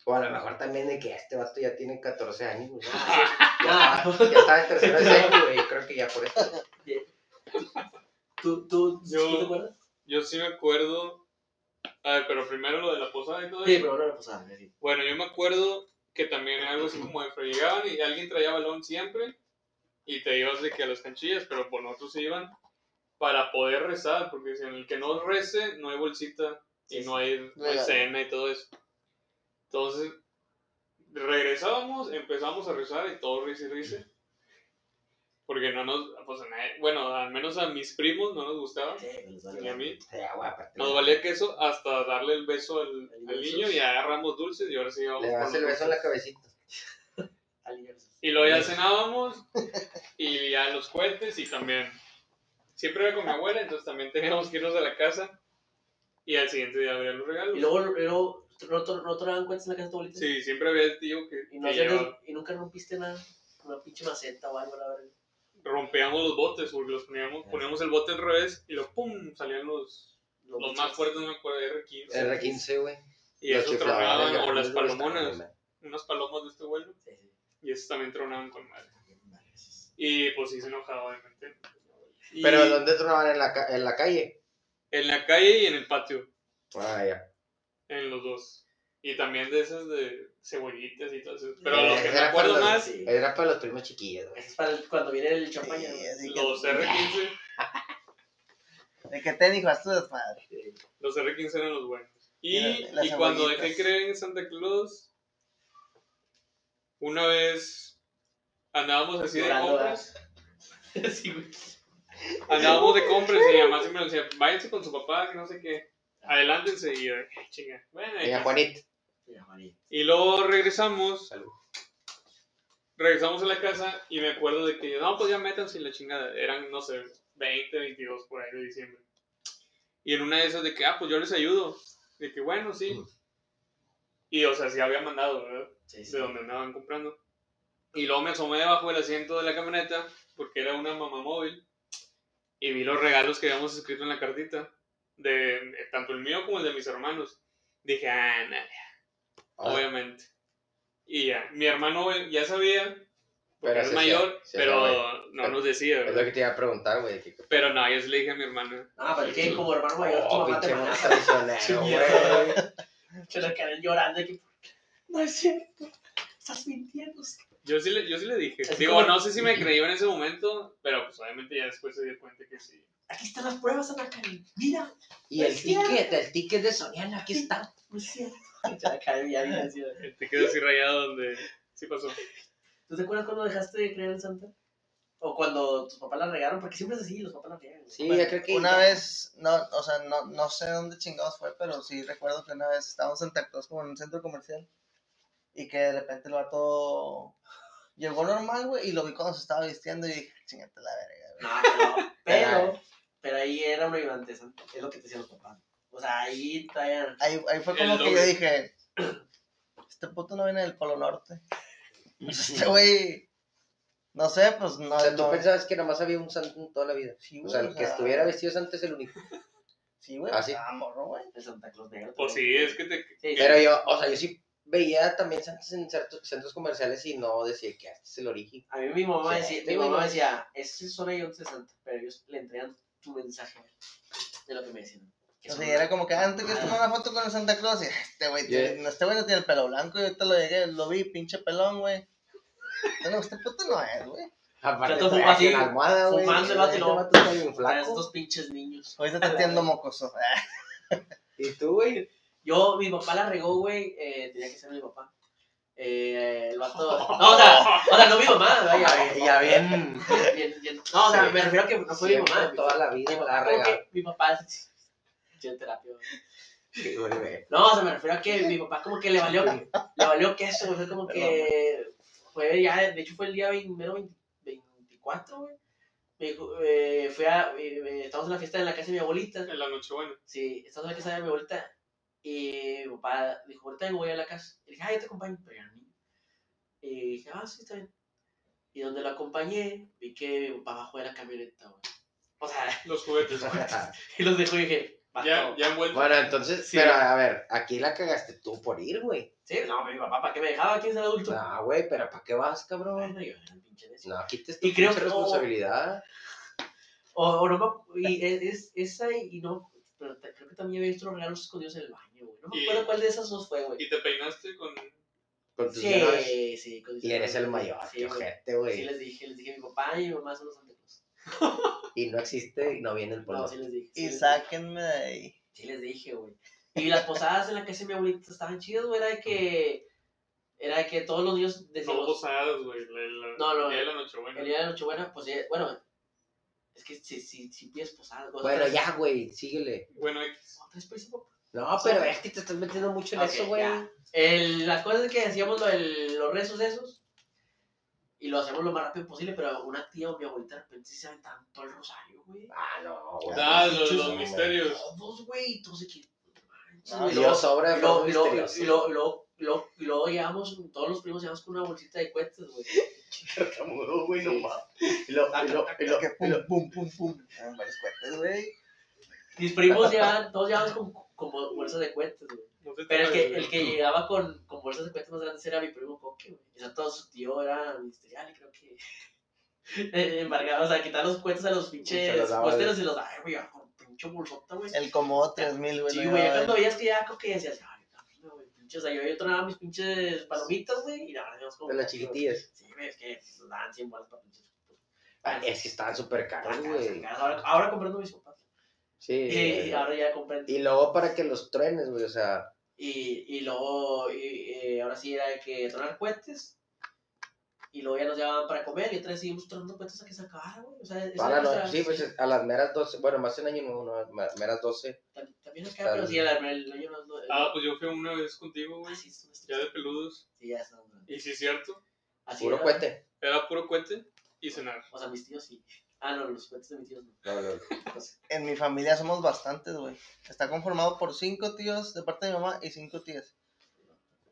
O a lo mejor también de que este vato ya tiene 14 años, güey. Ah, Ya, estaba- ya estaba en tercero de secu, güey. Yo creo que ya por eso. ¿Tú, tú, Yo- ¿tú te acuerdas? Yo sí me acuerdo. A ver, pero primero lo de la posada y todo Sí, eso. pero ahora la posada. sí. Bueno, yo me acuerdo que también era algo así como de, pero llegaban y alguien traía balón siempre y te ibas de que a las canchillas, pero por nosotros se iban para poder rezar, porque decían, el que no rece no hay bolsita y no hay, no hay Regalo. cena y todo eso. Entonces, regresábamos, empezamos a rezar y todo risa y risa. Porque no nos, pues, a nadie- bueno, al menos a mis primos no nos gustaba, Sí, pues, vale. ni a mí. Ya, güey, aparte. Nos le- valía queso hasta darle el beso al, Al al beso. niño y agarramos dulces y ahora sí íbamos Le por das el los beso en la dulces. cabecita. Alinearse. Y luego ya cenábamos y ya los cohetes y también. Siempre era con mi abuela, entonces también teníamos que irnos a la casa y al siguiente día abría los regalos. Y luego, luego ¿no, te- no te daban cuenta en la casa de tu abuelita? Sí, siempre había el tío que, Y, no que hacías- llevaba- y nunca rompiste nada. Una pinche maceta o algo, la verdad. rompeamos los botes porque los poníamos, Ah. poníamos el bote al revés y lo pum, salían los, Lo los mucho. más fuertes, no me acuerdo, R15. R15, güey. y Los esos chifladores, tronaban, ya o las pones los palomonas, tronaban. unas palomas de este vuelo, Sí, sí. y esos también tronaban con madre. Madres. Y pues sí se enojaba, obviamente. Y Pero ¿dónde tronaban? ¿En la, ca- en la calle? En la calle y en el patio. Ah, ya. En los dos. Y también de esas de cebollitas y todo eso. Pero los que me Era acuerdo para los- más, Sí. Era para los primos chiquillos, güey. Eso es para el- cuando viene el Sí, champaña. ¿no? así que- los R15, De que te dijo, haz tu desmadre. los R15 eran los buenos. Y, Mira, las y cuando dejé cebollitas. creer en Santa Claus, una vez andábamos así de Llorando, compras. ¿verdad? Sí, güey. Andábamos de compras y además siempre nos decía, váyanse con su papá, que no sé qué. Adelántense y yo, "Ay, chinga. Bueno, Doña X". Juanita. Mira, María. Y luego regresamos. Salud. Regresamos a la casa y me acuerdo de que, no, pues ya métanse y la chingada. Eran, no sé, 20, 22 por ahí de diciembre. Y en una de esas de que, ah, pues yo les ayudo. De que, bueno, sí. Mm. Y, o sea, sí había mandado, ¿verdad? Sí, sí. De donde andaban comprando. Y luego me asomé debajo del asiento de la camioneta, porque era una mamá móvil. Y vi los regalos que habíamos escrito en la cartita. De, tanto el mío como el de mis hermanos. Dije, ah, nada. Ah, Obviamente. Y ya, mi hermano eh, ya sabía, pero porque es sí, sí, mayor, sí, pero güey. no nos decía, Es lo que ¿verdad? te iba a preguntar, güey. que- Pero no, yo sí le dije a mi hermano. Ah, pero que como hermano mayor, tu Oh, mamá te pinche más manda. traicionero, mierda, güey. Se la quedan llorando. de que, no es cierto. Estás mintiendo. Yo sí le, yo sí le dije. Es Digo, como- no sé si me creyó en ese momento, pero pues obviamente ya después se dio cuenta que sí. Aquí están las pruebas, Ana Karen. Mira, Y el ticket, el ticket de Soriana, aquí está. no es cierto. Se la cae bien, bien así, güey. Te quedó así rayado donde sí pasó. ¿Tú te acuerdas cuando dejaste de creer en Santa? O cuando tus papás la regaron, porque siempre es así, los papás la regaron. güey. Sí, Bueno, ya creo que. Una vez, no, o sea, no, no sé dónde chingados fue, pero sí recuerdo que una vez estábamos en Santa Claus como en un centro comercial y que de repente el vato llegó normal, güey, y lo vi cuando se estaba vistiendo y dije, chingate la verga, güey. No, pero, pero, pero ahí era una ayudante, es lo que te decían los papás. O sea, ahí traían. Ahí, ahí fue El como que doble. yo dije, este puto no viene del Polo Norte. Este güey, no sé, pues no. O sea, tú no- pensabas que nomás había un santo en toda la vida. sí, O güey, sea, el que estuviera vestido de santo es el único. Sí, güey, Ah, sí. estaba morro, güey. El Santa Claus negro. Pues sí, es que te... Sí, sí. Pero yo, o sea, yo sí veía también santos en ciertos centros comerciales y no decía que este es el origen. A mí mi mamá Sí, decía, este mi güey mamá no- decía, ese son ayudantes de Santa, pero ellos le entregan tu mensaje de lo que me decían. Que O son- sea, era como que "Ah, antes que tomar una foto con el Santa Claus y este güey tiene- este güey no tiene el pelo blanco y ahorita lo llegué, lo vi, pinche pelón, güey. Este no, este puto no es, güey. Aparte, Entonces, trae así, en la almohada, güey. fumando el vato y Este luego- vato está Para bien flaco. estos pinches niños. Hoy se está tirando mocoso. "Ah, ¿Y tú, güey? Yo, mi papá la regó, güey, eh, tenía que ser mi papá. Eh, el vato. No, o sea, o sea, no mi mamá, vaya, Ya, ya bien. bien, bien. No, o sea, Sí. me refiero a que no fue mi Siempre, mamá. mi toda la Mi vida la papá, ha como regado. que mi papá es- yo terapia. güey. Sí, güey, güey. No, o sea, me refiero a que mi papá como que le valió, le valió queso, güey, fue como que fue ya, de hecho fue el día primero 24, güey. Me dijo, eh, fui a, eh, eh, estamos en la fiesta en la casa de mi abuelita, En la nochebuena. sí, estamos en la casa de mi abuelita, y mi papá dijo, ahorita me voy a la casa, y dije, ah, yo te acompaño, pero ya ni- y dije, ah, sí, está bien. Y donde lo acompañé, vi que mi papá bajó de la camioneta, güey. O sea, Los Pues, juguetes. y los dejó y dije, basta. ya, ya han vuelto. bueno, entonces, Sí. pero a ver, aquí la cagaste tú por ir, güey. Sí, no, mi papá, ¿para qué me dejaba? ¿Quién es el adulto? No, güey, pero ¿para qué vas, cabrón? Bueno, yo era un pinche necio. No, aquí te Y creo que- responsabilidad. O, o no me, y es, es- esa y no, pero te- creo que también había visto los regalos escondidos en el baño, güey. No me Y- acuerdo cuál de esas dos fue, güey. Y te peinaste con. Con tus dedos. Sí, sí. con Y eres el mayor, Sí, qué güey. ojete, güey. Sí les dije, les dije mi papá y mi mamá son los antecos. Y no existe y no vienen por No, los. sí les dije. sí Y les- sáquenme de ahí. Sí les dije, güey. Y las posadas en la casa de mi abuelita estaban chidas, güey. Era de que, era de que todos los niños No decíamos, posadas, güey. La, la, No, no, el día de no. la Nochebuena. el día de la nochebuena, pues, eh, bueno, es que si, si, si pides posadas, güey. Bueno, otras- ya, güey, síguele. Bueno, X. otras pides posadas. No, pero es que te estás metiendo mucho en Ok, eso, güey. ya. El- la cosa es que hacíamos lo del- los rezos esos y lo hacíamos lo más rápido posible, pero una tía o mi abuelita de repente sí se aventaban todo el rosario, güey. Ah, no, güey. Ah, los, pinches- los misterios. Todos, güey, todos de que. manches, Ah, güey. Y Luego- luego sobra de y luego- forma y luego- misteriosa. y luego- y luego- y luego- y luego llevamos, todos los primos llevamos con una bolsita de cuentas, güey. Tartamudo, güey, no Sí. mames. Y luego- y luego- y Es luego- que y pum, luego- pum, pum, pum. Ah, varios cohetes, güey. Mis primos llevaban, todos llevaban con, como bolsas de cuentas, güey. No te Pero el que, tardes, el que llegaba con, con bolsas de cuentas más grandes era mi primo Coque, güey. O sea, todo su tío era ministerial y creo que. eh, Embargaba, o sea, quitar los cuentos a los pinches Se los daba, Eh, pósteros y los daba, güey, con pinche bolsota, güey. El como 3000, güey. Sí, no güey, ya llevaba cuando veías que ya Coque decías, ay, no, güey, pinche, o sea, yo, yo tronaba mis pinches palomitas, güey, y la verdad, como. de las chiquitillas. Sí, güey, es que nos daban 100 bolas para pinches. Ah, es que estaban súper caros, Caras, güey. caras. Ahora, ahora comprando mis papás. Sí. Y, y ahora ya comprendo. Y luego para que los trenes, güey, o sea, Y, y luego, y- eh, ahora sí era de que tronar puentes. Y luego ya nos llevaban para comer y otra vez seguimos tronando puentes a que se acabara, güey. O sea, esa toda la era nuestra- noche, sí, pues a las meras 12, bueno, más en año nuevo, no, ma- meras 12. tam- También nos queda, pero sí, el, el año no. no- Ah, pues yo fui una vez contigo, ah, güey. sí, sí, sí, Ya de peludos. sí, ya está, güey. Y sí, es cierto. Así Puro era. cohete. Era puro cohete y cenar. O sea, mis tíos sí. Ah, no, los puentes de mis tíos no. No, no, no. Pues, En mi familia somos bastantes, güey. Está conformado por cinco tíos de parte de mi mamá y cinco tías.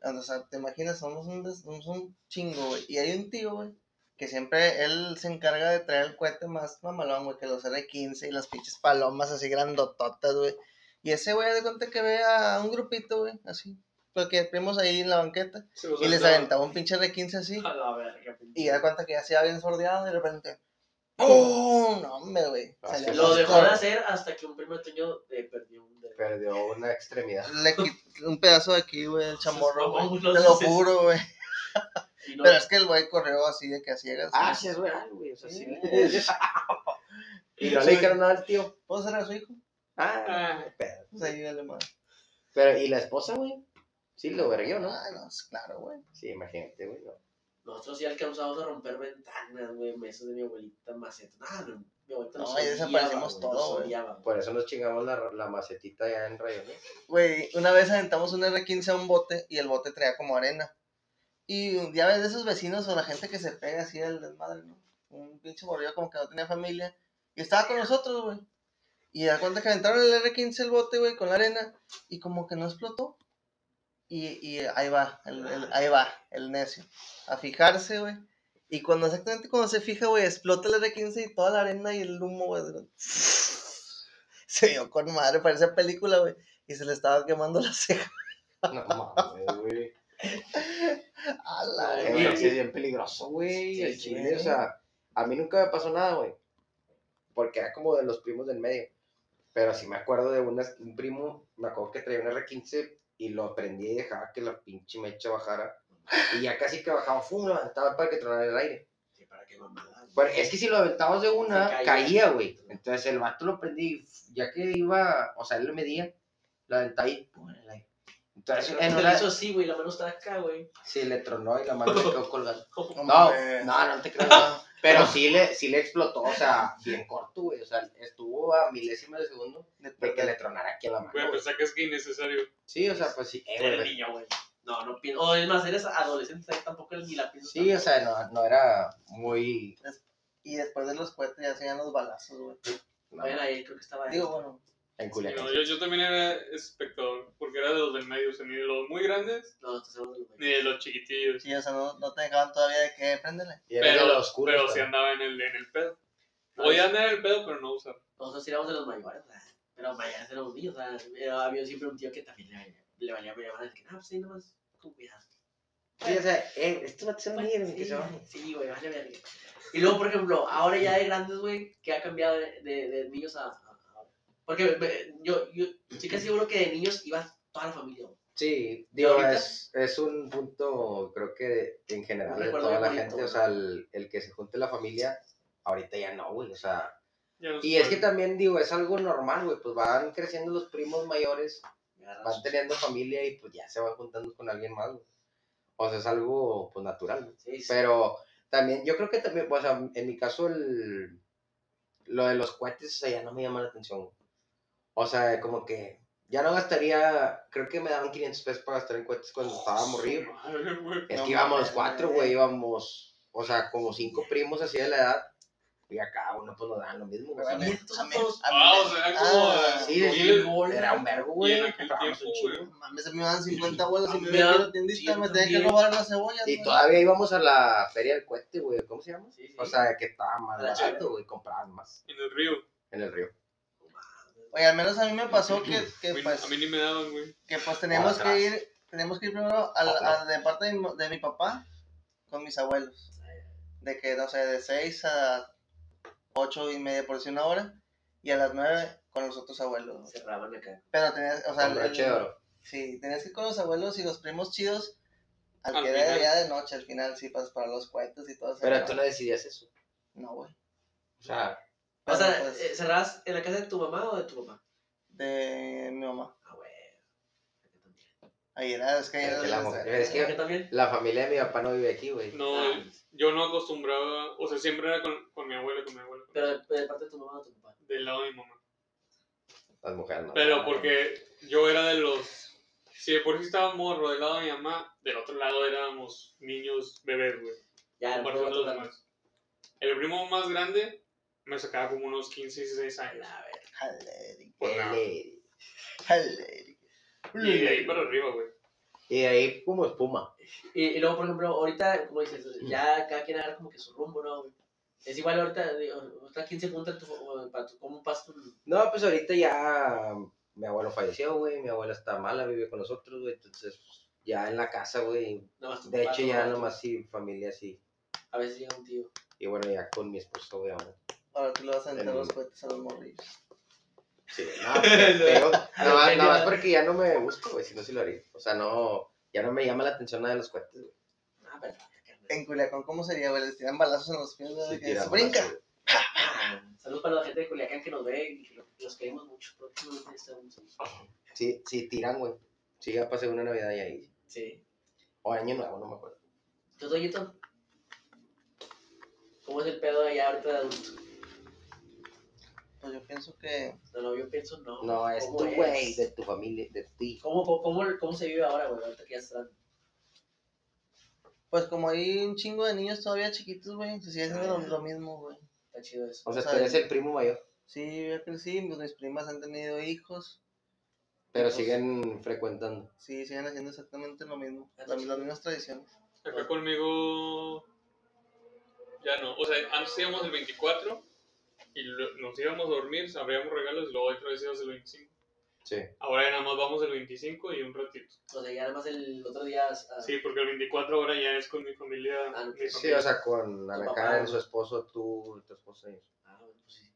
O sea, te imaginas, somos un, des- somos un chingo, güey. Y hay un tío, güey, que siempre él se encarga de traer el cohete más mamalón, güey, que los R15 y las pinches palomas así grandototas, güey. Y ese güey de cuenta que ve a un grupito, güey, así. Porque primos ahí en la banqueta. Se Pues los Y les aventaba. aventaba un pinche R15 así. a la verga, pinche. Y da cuenta que ya se iba bien sordeado y de repente. ¡Pum! No, hombre, güey. Ah, Salió sí. Lo más dejó de cor- hacer hasta que un primo tuyo eh, perdió un dedo. Perdió una extremidad. Le quitó un pedazo de aquí, güey, el chamorro, mamón, güey. no Te lo seas- juro, güey. Y no- Pero es que el güey corrió así de que a ciegas. Ah, güey. sí, es real, güey, o sea, sí. Sí. y no le dijeron nada al tío. ¿Puedo ser a su hijo? Ah, Ah. pero, Pues ahí vale madre. pero, ¿y la esposa, güey? Sí, lo verguió, ¿no? Ah, no, es claro, güey. Sí, imagínate, güey. no. Nosotros sí alcanzamos a romper ventanas, güey, mesas de mi abuelita, macetas. Nah, no, mi abuelita No, nos ahí desaparecimos odiaba, todo, Nos güey. odiaba, güey. Por eso nos chingamos la, la macetita ya en rayones. Güey, una vez aventamos un R15 a un bote y el bote traía como arena. Y ya ves de esos vecinos o la gente que se pega así al desmadre, ¿no? Un pinche morrillo como que no tenía familia. Y estaba con nosotros, güey. Y da cuenta que aventaron el R15 el bote, güey, con la arena. Y como que no explotó. Y, y ahí va, el, el- ahí va, el necio. A fijarse, güey. Y cuando exactamente cuando se fija, güey, explota el R15 y toda la arena y el humo, güey. de- Se vio con madre, parece película, güey. Y se le estaba quemando la ceja. No mames, güey. A la No, Eh, verga. güey, sí es bien peligroso, güey. Sí, el sí, chile, güey. o sea, a mí nunca me pasó nada, güey. Porque era como de los primos del medio. Pero sí me acuerdo de unas- un primo, me acuerdo que traía un R15 y lo prendía y dejaba que la pinche mecha bajara. Y ya casi que bajaba, ¡fum! lo levantaba para que tronara el aire. Que para qué mamada, güey. Pero es que si lo aventabas de una, Se caía. caía, güey. Entonces el vato lo prendía y ya que iba, o sea, él lo medía, lo aventaba y ¡pum! en el aire. Entonces, Pero en no una- le hizo así, güey, la mano está acá, güey. sí, le tronó y la mano le quedó colgando. No, Hombre. no, no te creo. no. Pero sí le, sí le explotó, o sea, bien corto, güey. O sea, estuvo a milésimas de segundo de que le tronara aquí a la mano. Güey, güey. pues sacas que innecesario. Sí, o sea, pues sí. eh, Eres güey. niño, güey. No, no pienso. O es más, eres adolescente, tampoco eres ni la piensas. Sí, o sea, no, no era muy. Y después de los cohetes ya hacían los balazos, güey. Ah, no, Oigan, ahí creo que estaba ahí. Digo, bueno, en No, Culiacán. yo, yo también era espectador, porque era de los del medio, o sea, ni de los muy grandes, No, estás seguro de lo ni de los chiquitillos. sí, o sea, no, no te dejaban todavía de que préndele. Y era de Pero, lo oscuro. pero o sí sea. andaba en el, en el pedo. Ah, Podía andar en el pedo, pero no usar. Nosotros éramos de los mayores, o sea, pero mayores éramos niños, o sea, era- había siempre un tío que también le valía, le valía media madre, que, no, pues ahí nomás, con cuidado. Sí, o sea, eh, estos vatos se van a ir, güey, que Pues Sí, se van. sí, güey, vale verga. Y luego, por ejemplo, ahora ya de grandes, güey, que ha cambiado de, de- de niños a, a- a- Porque me- yo, yo estoy casi seguro que de niños iba toda la familia, güey. Sí, digo, ahorita? es, es un punto, creo que en general Un de recuerdo toda la bonito, gente, ¿no? o sea, el, el que se junte la familia, ahorita ya no, güey, o sea, Ya no se y es que puede. también, digo, es algo normal, güey, pues van creciendo los primos mayores, Me agarraba van teniendo familia y pues ya se van juntando con alguien más, güey. o sea, es algo, pues, natural, güey. su- Sí, sí. pero también, yo creo que también, o sea, en mi caso, el, lo de los cohetes, o sea, ya no me llama la atención, güey. o sea, como que ya no gastaría, creo que me daban 500 pesos para gastar en cohetes cuando estaba morrido, Su madre, güey. es No que íbamos los mames, cuatro, güey. güey, íbamos, o sea, como cinco primos así de la edad. Y acá uno pues nos dan lo mismo, güey. A mí- estos a mí- todos- a mí- Ah, o sea, como. Ah, Sí, de como sí, mil- era un vergo, Y güey. en aquel comprábamos un tiempo, chingo. güey. Mames, a mí me dan 50 bolas A y mí me me metí a dan la tiendita, ciento me tenía que diez. robar las cebollas. Y güey. todavía íbamos a la feria del cohete, güey, ¿cómo se llama? Sí, sí. O sea, que estaba más A la barato, güey, compraban más En el río. en el río. Oye, al menos a mí me pasó que, que, Güey, pues, A mí ni me daban, güey. que pues teníamos Atrás. que ir, tenemos que ir primero a la- Otra. a- de parte de mi, de mi papá con mis abuelos. De que, no sé, de 6 a 8 y media por si una hora. Y a las 9 con los otros abuelos. güey. Cerraban acá. Pero tenías, o sea, Con el- broche de oro. sí, tenías que ir con los abuelos y los primos chidos. Al, Al que era final. ya de noche, al final sí, pues para los cohetes y todo eso. Pero tú no decidías eso. No, güey. O sea, O sea, Pero, pues, eh, ¿cerrabas en la casa de tu mamá o de tu papá? de mi mamá. Ah, güey. Acá también. Ahí era, es que ahí Es era que la desde- mujer- es que- Acá también. la familia de mi papá no vive aquí, güey. No, Ah, yo no acostumbraba. O sea, siempre era con, con mi abuela, con mi abuela. con- Pero de, de parte de tu mamá o de tu papá. Del lado de mi mamá. Las mujeres no. Pero porque yo era de los. Si de por sí estábamos del lado de mi mamá, del otro lado éramos niños bebés, güey. Ya, no compartiendo los puedo demás. El primo más grande me sacaba como unos 15, 16 A años. la verga. Jale, Pues nada. Ele. jale. Y de ahí para arriba, güey. Y de ahí como espuma. Y, y luego, por ejemplo, ahorita, como dices, ya cada quien agarra como que su rumbo, ¿no? güey? Es igual ahorita, digo, ahorita quién se junta tu, o para tu, como un pasto. No, pues ahorita ya mi abuelo falleció, güey. Mi abuela está mala, vive con nosotros, güey. Entonces, pues, ya en la casa, güey, Nomás tu De papá, hecho, tu ya mamá, nomás sí, familia sí. A veces llega un tío. Y bueno, ya con mi esposo, güey. aún. Ahora tú le vas a meter El- los cohetes a los morrillos. Sí, no, pero nada más, Ay, nada más ya. porque ya no me gusta, güey, si no sí lo haría. O sea, no, ya no me llama la atención nada de los cohetes, güey. Ah, pero. En Culiacán, ¿cómo sería, güey? Les tiran balazos en los pies, güey. Sí, que tiran pues, se brinca. balazos, güey. Eh. Ah, Saludos para la gente de Culiacán que nos ve y que lo- los queremos mucho. próximamente estamos- Sí, sí, tiran, güey. Sí, ya pasé una Navidad y ahí. Sí. O año nuevo, no me acuerdo. ¿Tú, Toñito? ¿Cómo es el pedo allá ahorita de adulto? Pues yo pienso que. No, no, yo pienso no. No, es ¿Cómo tu es? güey, de tu familia, de ti. ¿Cómo, cómo, cómo, cómo se vive ahora, güey? Ahorita que ya están. Pues como hay un chingo de niños todavía chiquitos, güey, se sigue haciendo lo, lo mismo, güey. Está chido eso. O sea, O sea, tú eres yo- el primo mayor, Sí, yo crecí, mis, mis primas han tenido hijos. pero Entonces- siguen frecuentando. Sí, siguen haciendo exactamente lo mismo. Ah, Las, sí. las mismas tradiciones. Pues. Acá conmigo. Ya no. O sea, antes íbamos el 24 y lo- nos íbamos a dormir, abríamos regalos y luego otra vez íbamos el 25. Sí. Ahora ya nada más vamos el 25 y un ratito. O sea, ya nada más el otro día. ah, Sí, porque el 24 ahora ya es con mi familia. Ah, no, mi Sí, familia. o sea, con papá, Ana güey. Karen, su esposo, tú, tu esposa y Ah, bueno, pues sí.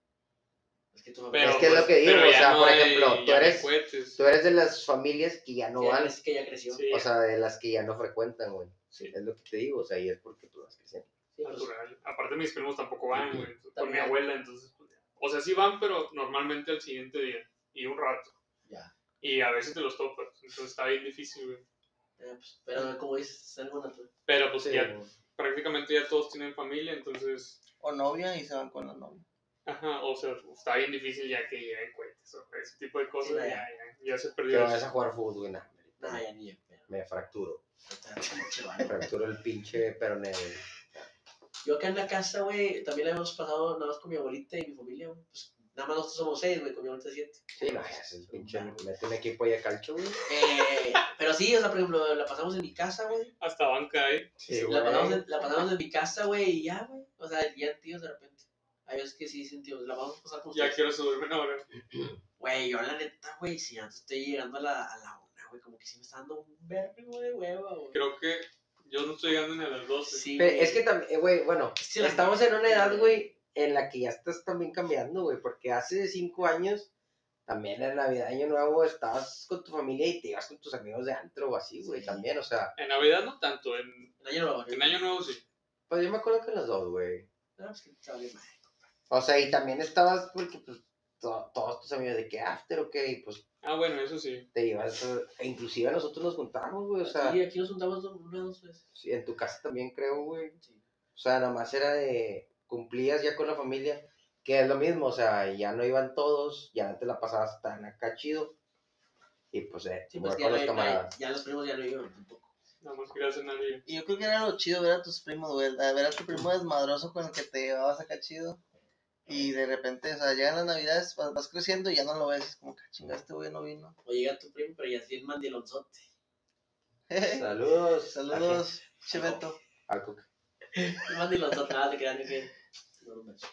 Es que tu mamá. Pero, pues, es que es lo que digo, pero o ya sea, por hay- ejemplo, ya tú no hay eres- cohetes. Tú eres de las familias que ya no Sí, van Es que ya creció. Sí, O sea, de las que ya no frecuentan, güey. sí, Es lo que te digo, o sea, y es porque tú vas creciendo. Sí, pues, natural. Aparte, mis primos tampoco van, güey. Por mi También. abuela, entonces. pues, ya. O sea, sí van, pero normalmente al siguiente día. Y un rato. Ya. Y a veces te los topas. Entonces está bien difícil, güey. eh, pues, pero como dices, es algo natural. Pero pues Sí, ya güey. prácticamente ya todos tienen familia, entonces. O novia y se van con la novia. Ajá, o sea, está bien difícil ya que lleguen cohetes. O ese tipo de cosas Sí, ya, ya. ya, ya se que perdió. vas a jugar fútbol, güey, nah, Nah, ya ni yo. pero, Me fracturo. ahorita, pinche Me vale. fracturo el pinche peroné, güey. Yo acá en la casa, güey, también la hemos pasado nada más con mi abuelita y mi familia, güey. Pues nada más nosotros somos seis, güey, con mi abuelita siete. Sí, no, es el pinche. Mete un equipo ahí a calcho, güey. Eh, pero sí, o sea, por ejemplo, la pasamos en mi casa, güey. Hasta banca, ¿eh? Sí, la, pasamos güey. en, la pasamos en mi casa, güey, y ya, güey. O sea, ya tíos de repente. Hay veces que sí sentimos, la vamos a pasar con Ya ustedes. quiero subirme ahora. Güey, yo la neta, güey, si antes estoy llegando a la, a la una, güey, como que sí me está dando un verbo de hueva, güey. Creo que yo no estoy llegando ni a las 12. Sí, Pero güey. es que también, eh, güey, bueno, Sí, la- estamos en una edad, güey, en la que ya estás también cambiando, güey, porque hace cinco años, también en Navidad, Año Nuevo, estabas con tu familia y te ibas con tus amigos de antro o así, güey, Sí. también, o sea, En Navidad no tanto, en, En año nuevo, en Año Nuevo sí. pues yo me acuerdo que los dos, güey. No, pues que te vale madre. O sea, y también estabas porque, pues, to- todos tus amigos de que after, ok, y pues Ah, bueno, eso sí. te ibas, eh, e inclusive nosotros nos juntamos, güey, o sea, Sí, aquí nos juntamos dos- una dos veces. sí, en tu casa también creo, güey. Sí. O sea, nada más era de cumplías ya con la familia, que es lo mismo, o sea, ya no iban todos, ya no te la pasabas tan acá chido. Y pues, eh, Sí, jugar pues ya, con los no- ya- camaradas. ya los primos ya no iban tampoco. Nada más quería hacer Navidad. Y yo creo que era lo chido ver a tus primos, güey. a Ver a tu primo desmadroso con el que te llevabas acá chido. Y de repente, o sea, llegan las navidades, vas, vas creciendo y ya no lo ves. Es como que chingaste, güey, no vino. O llega tu primo, pero ya es bien mandilonzote. Saludos. Saludos, Cheveto. Al Coque. El mandilonzote, nada, te quedan de que. No, no, no. Vosotros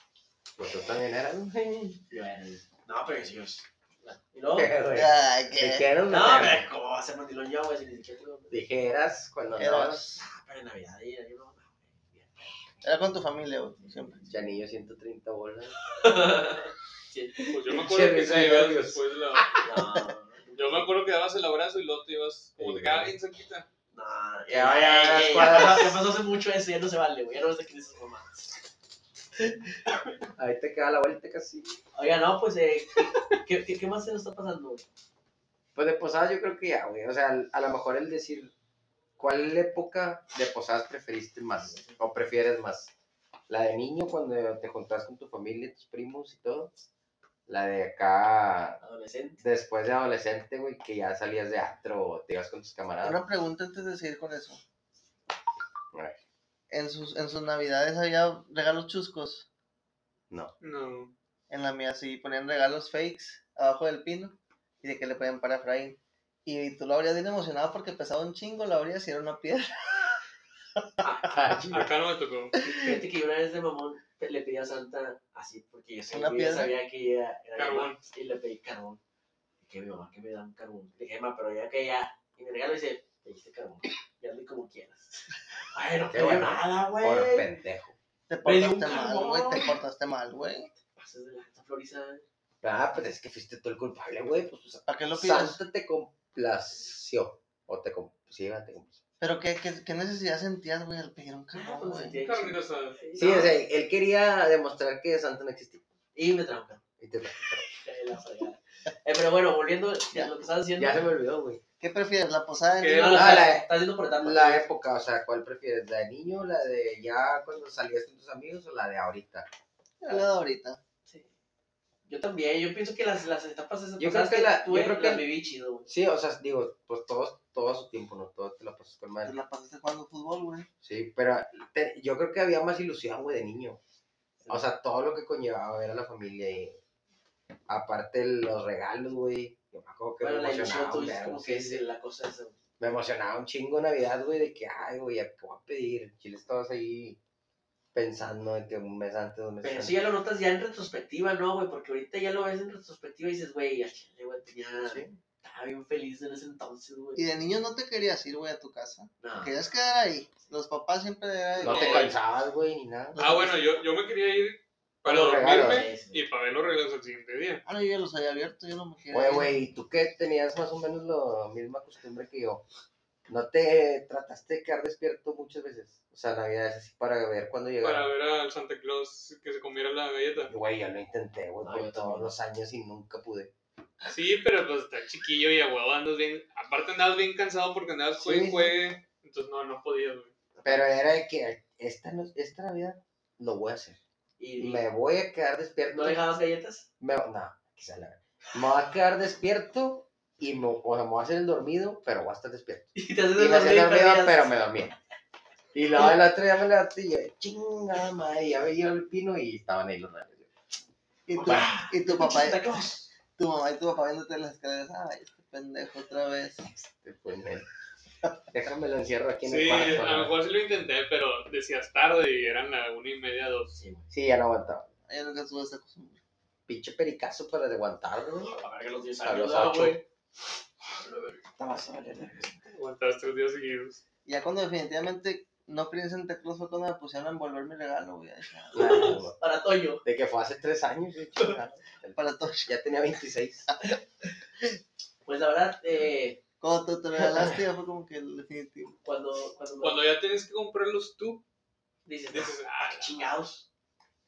pues, también eran, güey. Yo era el- No, pero sí, es- ¿Y luego? Qué güey. Ay, Dije, Ah, qué. eran, No, güey. pero ¿cómo va a ser mandilón yo, güey? Si ni siquiera tengo. Dije, eras cuando Eras. andabas. Ah, pero en Navidad, y yo no. no, bien. Era con tu familia, güey, siempre. Chanillo, 130 bolas. Sí. Pues yo me Pinche acuerdo que risa se ibas de Dios. después de la. No, Yo me acuerdo que dabas el abrazo y luego te ibas. Como Sí, te quedaba güey. bien cerquita. No, Que vaya a las ya cuadras. pasó- ya pasó hace mucho eso, ya no se vale, güey. Ya no sé quién es esas mamadas. Ahí te queda la vuelta casi. Oiga, no, pues, eh, ¿qué, qué, qué más se nos está pasando, güey? Pues de posadas yo creo que ya, güey. O sea, al- a lo mejor el decir cuál época de posadas preferiste más o prefieres más. La de niño cuando te juntabas con tu familia, tus primos y todo. La de acá Adolescente. después de adolescente, güey, que ya salías de antro o te ibas con tus camaradas. Una pregunta antes de seguir con eso. Ay. En sus, en sus navidades había regalos chuscos. No. En la mía sí ponían regalos fakes abajo del pino y de que le ponían para Efraín. Y tú lo abrías bien emocionado porque pesaba un chingo, lo abrías y era una piedra. Acá no me tocó. Fíjate que yo una vez de mamón pe- le pedí a Santa así, porque yo sabía, ¿Una yo piedra? sabía que ella era Carbón. mamá, y le pedí carbón. Dije, mi mamá, que me da un carbón. Le dije, mamá, pero ya que ya. Y mi regalo dice, te diste carbón, ya hazle como quieras. Ay, no Qué creo bueno. nada, güey. Por pendejo. Te Me dio un portaste mal, güey, te carbón. portaste mal, güey. Pasas de la esta floriza. Ah, pues es que fuiste tú el culpable, güey. Pues o sea, ¿Para qué lo pidas? Santa te complació. O te complació. Sí, va, te complació. Pero qué, qué, qué necesidad sentías, güey, al pedir un Ah, carbón, pues, güey. sentía Carnita que- asada. Sí, o sea, él quería demostrar que Santa no existía. Y me trampa. Y te- la fregada. Eh, pero bueno, volviendo a lo que estabas diciendo. Ya se me olvidó, güey. ¿Qué prefieres, la posada de ¿Qué? No, niños? lo Ah, la- estás, estás haciendo por etapas. La época, o sea, ¿cuál prefieres? ¿La de niño, la de ya cuando salías con tus amigos o la de ahorita? La de ahorita. Sí. Yo también, yo pienso que las, las etapas esas Yo pasadas creo que la- tuve, yo creo que- las viví chido, güey. Sí, o sea, digo, pues todos, todo su tiempo, ¿no? Todo te la pasas con Te madre. la pasaste jugando fútbol, güey. Sí, pero te- yo creo que había más ilusión, güey, de niño. O sea, todo lo que conllevaba ver a la familia y aparte los regalos, güey. Yo me acuerdo que Bueno, me la ilusión emocionaba, tú un dices vergo, como sí, que sí. es la cosa esa. güey. Me emocionaba un chingo Navidad, güey, de que, ay, güey, ¿a ¿qué voy a pedir? Chile estabas ahí pensando de que un mes antes, dos meses Pero antes. eso ya lo notas ya en retrospectiva, ¿no, güey? Porque ahorita ya lo ves en retrospectiva y dices, güey, ya chile, güey, tenía... Sí. Estaba bien feliz en ese entonces, güey. Y de niño no te querías ir, güey, a tu casa. No. Querías quedar ahí. Los papás siempre eran... No eh, te No, cansabas, güey, ni nada. Ah, bueno, yo, yo me quería ir para Los regalos. dormirme Sí, sí. y para ver los regalos al siguiente día. Ah, no, yo ya los había abierto, yo no me quería Oye, ir. güey, ¿y tú que tenías más o menos la misma costumbre que yo? ¿No te trataste de quedar despierto muchas veces? O sea, Navidad es así para ver cuándo Para llegaba. ver al Santa Claus que se comiera la galleta. Güey, yo lo intenté, güey, No, por yo todos también. los años y nunca pude. Sí, pero pues está chiquillo y aguado, andas bien. Aparte andabas bien cansado porque andabas juegue Sí. y juegue. Entonces no, no podías, güey. Pero era de que esta, no- esta Navidad lo voy a hacer. Y, y- Me voy a quedar despierto. ¿No dejabas galletas? Me, no, quizá la Me voy a quedar despierto y me, o sea, me voy a hacer el dormido, pero voy a estar despierto. Y te haces Y me hacía dormido, perdías. pero me dormía. Y luego el otro día me levanté y yo, chingada madre, ya veía el pino y estaban ahí los rayos. Y tu, Papá. y tu papá, Santa Claus. tu mamá y tu papá viéndote en las escaleras. Ay, este pendejo otra vez. Después me... Déjame lo encierro aquí en el Sí, cuarto. a lo ¿no? mejor sí lo intenté, pero decías tarde y eran la una y media, dos. Sí, güey. Sí, ya no aguantaba. Ahí es lo que sube esa costumbre. Pinche pericazo para aguantar, güey. A ver que los dios A los ayuda, ocho. güey. Está más vale. Aguantaste los días seguidos. Ya cuando definitivamente no fui en Santa Cruz fue cuando me pusieron a envolver mi regalo, güey. Ya dije, "Ah, Nah, güey. Para Toño. De que fue hace tres años, güey, chingada. Para todo. Ya tenía 26. Pues la verdad, eh, Cuando te, te regalaste ya fue como que el definitivo. cuando, cuando, Cuando ya tienes que comprarlos tú, dices, dices, ah, "Ah, chingados,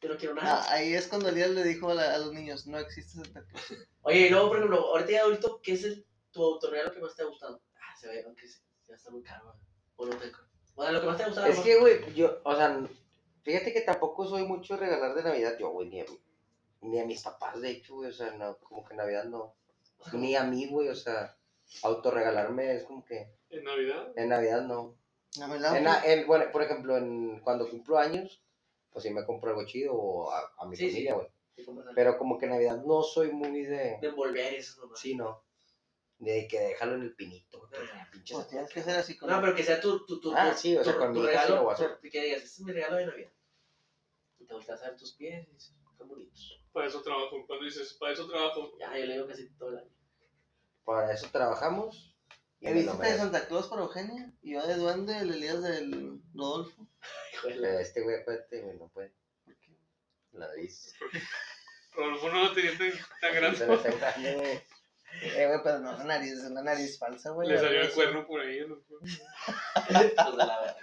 yo no quiero nada. Ah, ahí es cuando Elías le dijo a, la- a los niños, no existe Santa Cruz. Oye, y luego, por ejemplo, ahorita ya adulto, ¿qué es el, tu autorregalo que más te ha gustado? Ah, se ve, aunque se- ya está muy caro, güey. O no te. O sea, lo que más te ha gustado. Es ¿no? que, güey, yo, o sea, fíjate que tampoco soy mucho de regalar de Navidad yo, güey, ni a, mí- ni a mis papás, de hecho, güey, o sea, no, como que Navidad no, O sea, ni a mí, güey, o sea, autorregalarme es como que en Navidad. en Navidad no. A mi Ah, En, lado, la- en- bueno, por ejemplo, en, cuando cumplo años, pues sí me compro algo chido o a, a mi Sí, sí. familia, güey, de cómo de pero como que en Navidad no soy muy de, envolver eso, nomás. sí, no, de que déjalo en el pinito, güey, porque Ah, pinche pues se- tienes que ser así como... No, pero que sea tu, tu, tu, Ah, tu- sí, o sea, tu- conmigo tu sí regalo, lo voy a hacer. tu- que digas, este es mi regalo de Navidad. Y te volteas a ver tus pies y dices, están bonitos. Para eso trabajo. Cuando dices, para eso trabajo. Ya, yo le digo casi todo el año. para eso trabajamos. y El me lo visita de merezco. Santa Claus para Eugenia y yo de duende, el Elías del Rodolfo. Hijo de la- Pero este güey, acuérdate, güey, no puede. La nariz. Rodolfo no lo tenía tan, tan Se le grande. está grande, güey. Eh, güey, pero no, la nariz, es una nariz falsa, güey. Le la salió el pues, nariz- cuerno por ahí. ¿no? Hijos de la verga.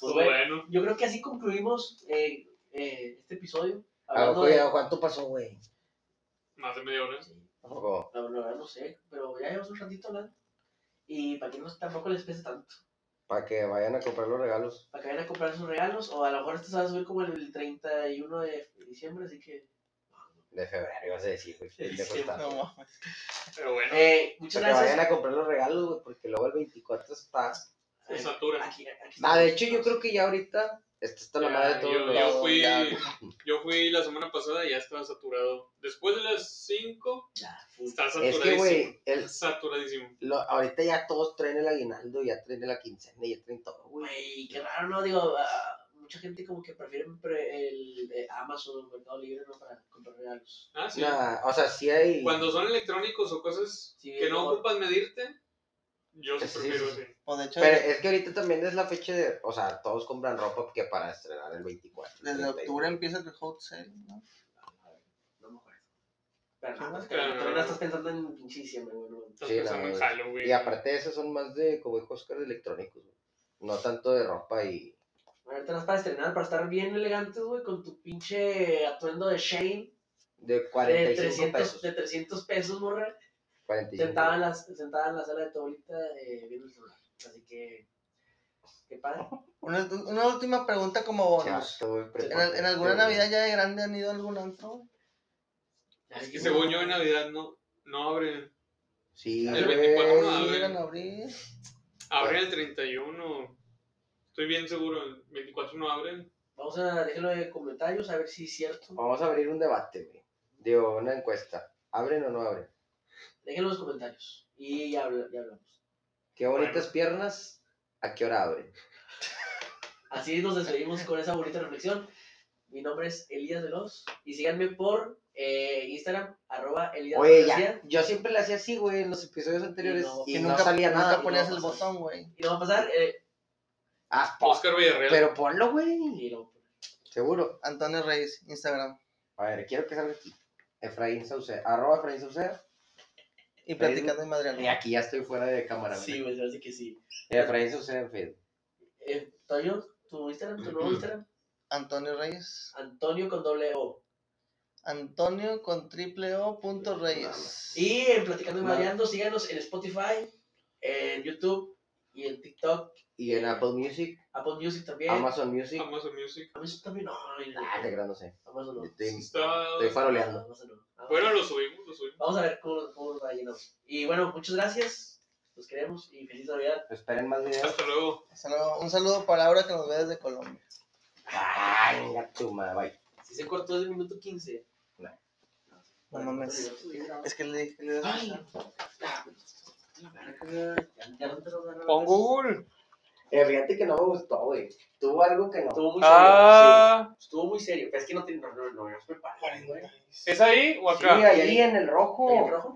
Pues bueno, Bueno, yo creo que así concluimos eh, eh, este episodio. Ah, Hablando güey, de... ¿cuánto pasó, güey? más de media hora. Sí, ¿A poco? la verdad no sé, pero ya llevamos un ratito hablando. Y para que no tampoco les pese tanto. Para que vayan a comprar los regalos. Para que vayan a comprar sus regalos. O a lo mejor esto se va a subir como el 31 de diciembre, así que... De febrero, ibas a decir, güey. pendejo Sí, está. No mames. Pero bueno, Eh, muchas Para que vayan gracias. a comprar los regalos, güey, porque luego el 24 está. se Eh, satura. Aquí, aquí Ah, de hecho, yo creo que ya ahorita está hasta la Ya, madre de todos yo, los. yo fui, Ya. yo fui la semana pasada y ya estaba saturado. Después de las 5, Ya, full. está Es saturadísimo. que, güey, el- Saturadísimo. lo- ahorita ya todos traen el aguinaldo, ya traen la quincena, ya traen todo, güey. Güey, qué raro, ¿no? Digo, ah, mucha gente como que prefiere pre- el eh, Amazon o Mercado Libre, ¿no? Para comprar regalos. Ah, sí. Nah, o sea, sí hay. Cuando son electrónicos o cosas Sí, que no no. ocupas medirte, yo sí Sí, prefiero sí, sí. así. Pues de hecho, Pero es que ahorita también es la fecha de. O sea, todos compran ropa que para estrenar el 24. desde 31. octubre empieza el hot sale, ¿no? No me acuerdo. Pero Sí, no, ¿no? es que Claro, tú no no. estás pensando en pinche diciembre, güey. no. Estás Sí, la pensando en verdad. Halloween. Y aparte de eso son más de cobijos que de electrónicos, güey. No tanto de ropa y. Ahorita no es para estrenar, para estar bien elegantes, güey, con tu pinche atuendo de Shane De de 45 300 pesos. de 300 pesos, morra. 45. Sentada en, la, sentada en la sala de tu abuelita eh, viendo el celular. Así que, qué padre. Una, una última pregunta como bonus. Chato, güey, ¿En, al- prepotente, en alguna güey. Navidad ya de grande han ido a algún antro? güey? Es que según yo en Navidad no, no abren. Sí, El güey. 24 no, Sí, güey. llegan a abrir. Abren el 31. Estoy bien seguro, el 24 no abren. Vamos a dejarlo en comentarios a ver si es cierto. Vamos a abrir un debate, güey. Digo, una encuesta. ¿Abren o no abren? Déjenlo en los comentarios. Y ya, habla- ya hablamos. Qué bonitas Bueno. piernas. ¿A qué hora abren? Así nos despedimos con esa bonita reflexión. Mi nombre es Elías Veloz. Y síganme por eh, Instagram, arroba Elías Oye, García. ya. Yo siempre le hacía así, güey, en los episodios anteriores. Y no- no, Que nunca, salía nunca nada. ponías no el pasa. botón, güey. Y lo va a pasar. Eh, Ah, po- Oscar Villarreal. Pero ponlo, güey. y lo- Seguro. Antonio Reyes, Instagram. A ver, quiero que salga aquí. Efraín Sauceda. Arroba Efraín Sauceda. Y platicando en Madrid. Y aquí ya estoy fuera de cámara, güey. sí, güey, así que sí. Efraín Sauceda en Facebook. Eh, Toño, tu Instagram, tu nuevo Instagram, Antonio Reyes. Antonio con doble O. Antonio con triple O punto Reyes. Y en Platicando y Vale. Mareando, síganos en Spotify, en YouTube y en TikTok, Y en Apple Music, Apple Music también. Amazon Music. Amazon Music. Amazon también, no, en Ah, te creo, no sé. Amazon no. Estoy- Está... Estoy faroleando. Amazon no. Amazon Bueno, no. lo subimos, lo subimos. Vamos a ver cómo, cómo nos va llenando. Y bueno, muchas gracias. Los queremos y feliz Navidad. Esperen más videos. Hasta luego. Hasta luego. Un saludo para Aura que nos ve desde Colombia. Ay, la tuma, bye. Si se cortó desde el minuto 15. No. No mames. Es que le dije, le Ay. dije. Ya, ya no te lo van a- Google. Eh, fíjate que no me gustó, güey. Tuvo algo que no. Estuvo muy serio. Ah, sí. Estuvo muy serio. Pero es que no te, no, no, no, no, no, no, no, no, no, no, no, no, no, no, no, no, ¿es ahí o Sí, acá? ahí en el rojo. ¿Ahí en rojo?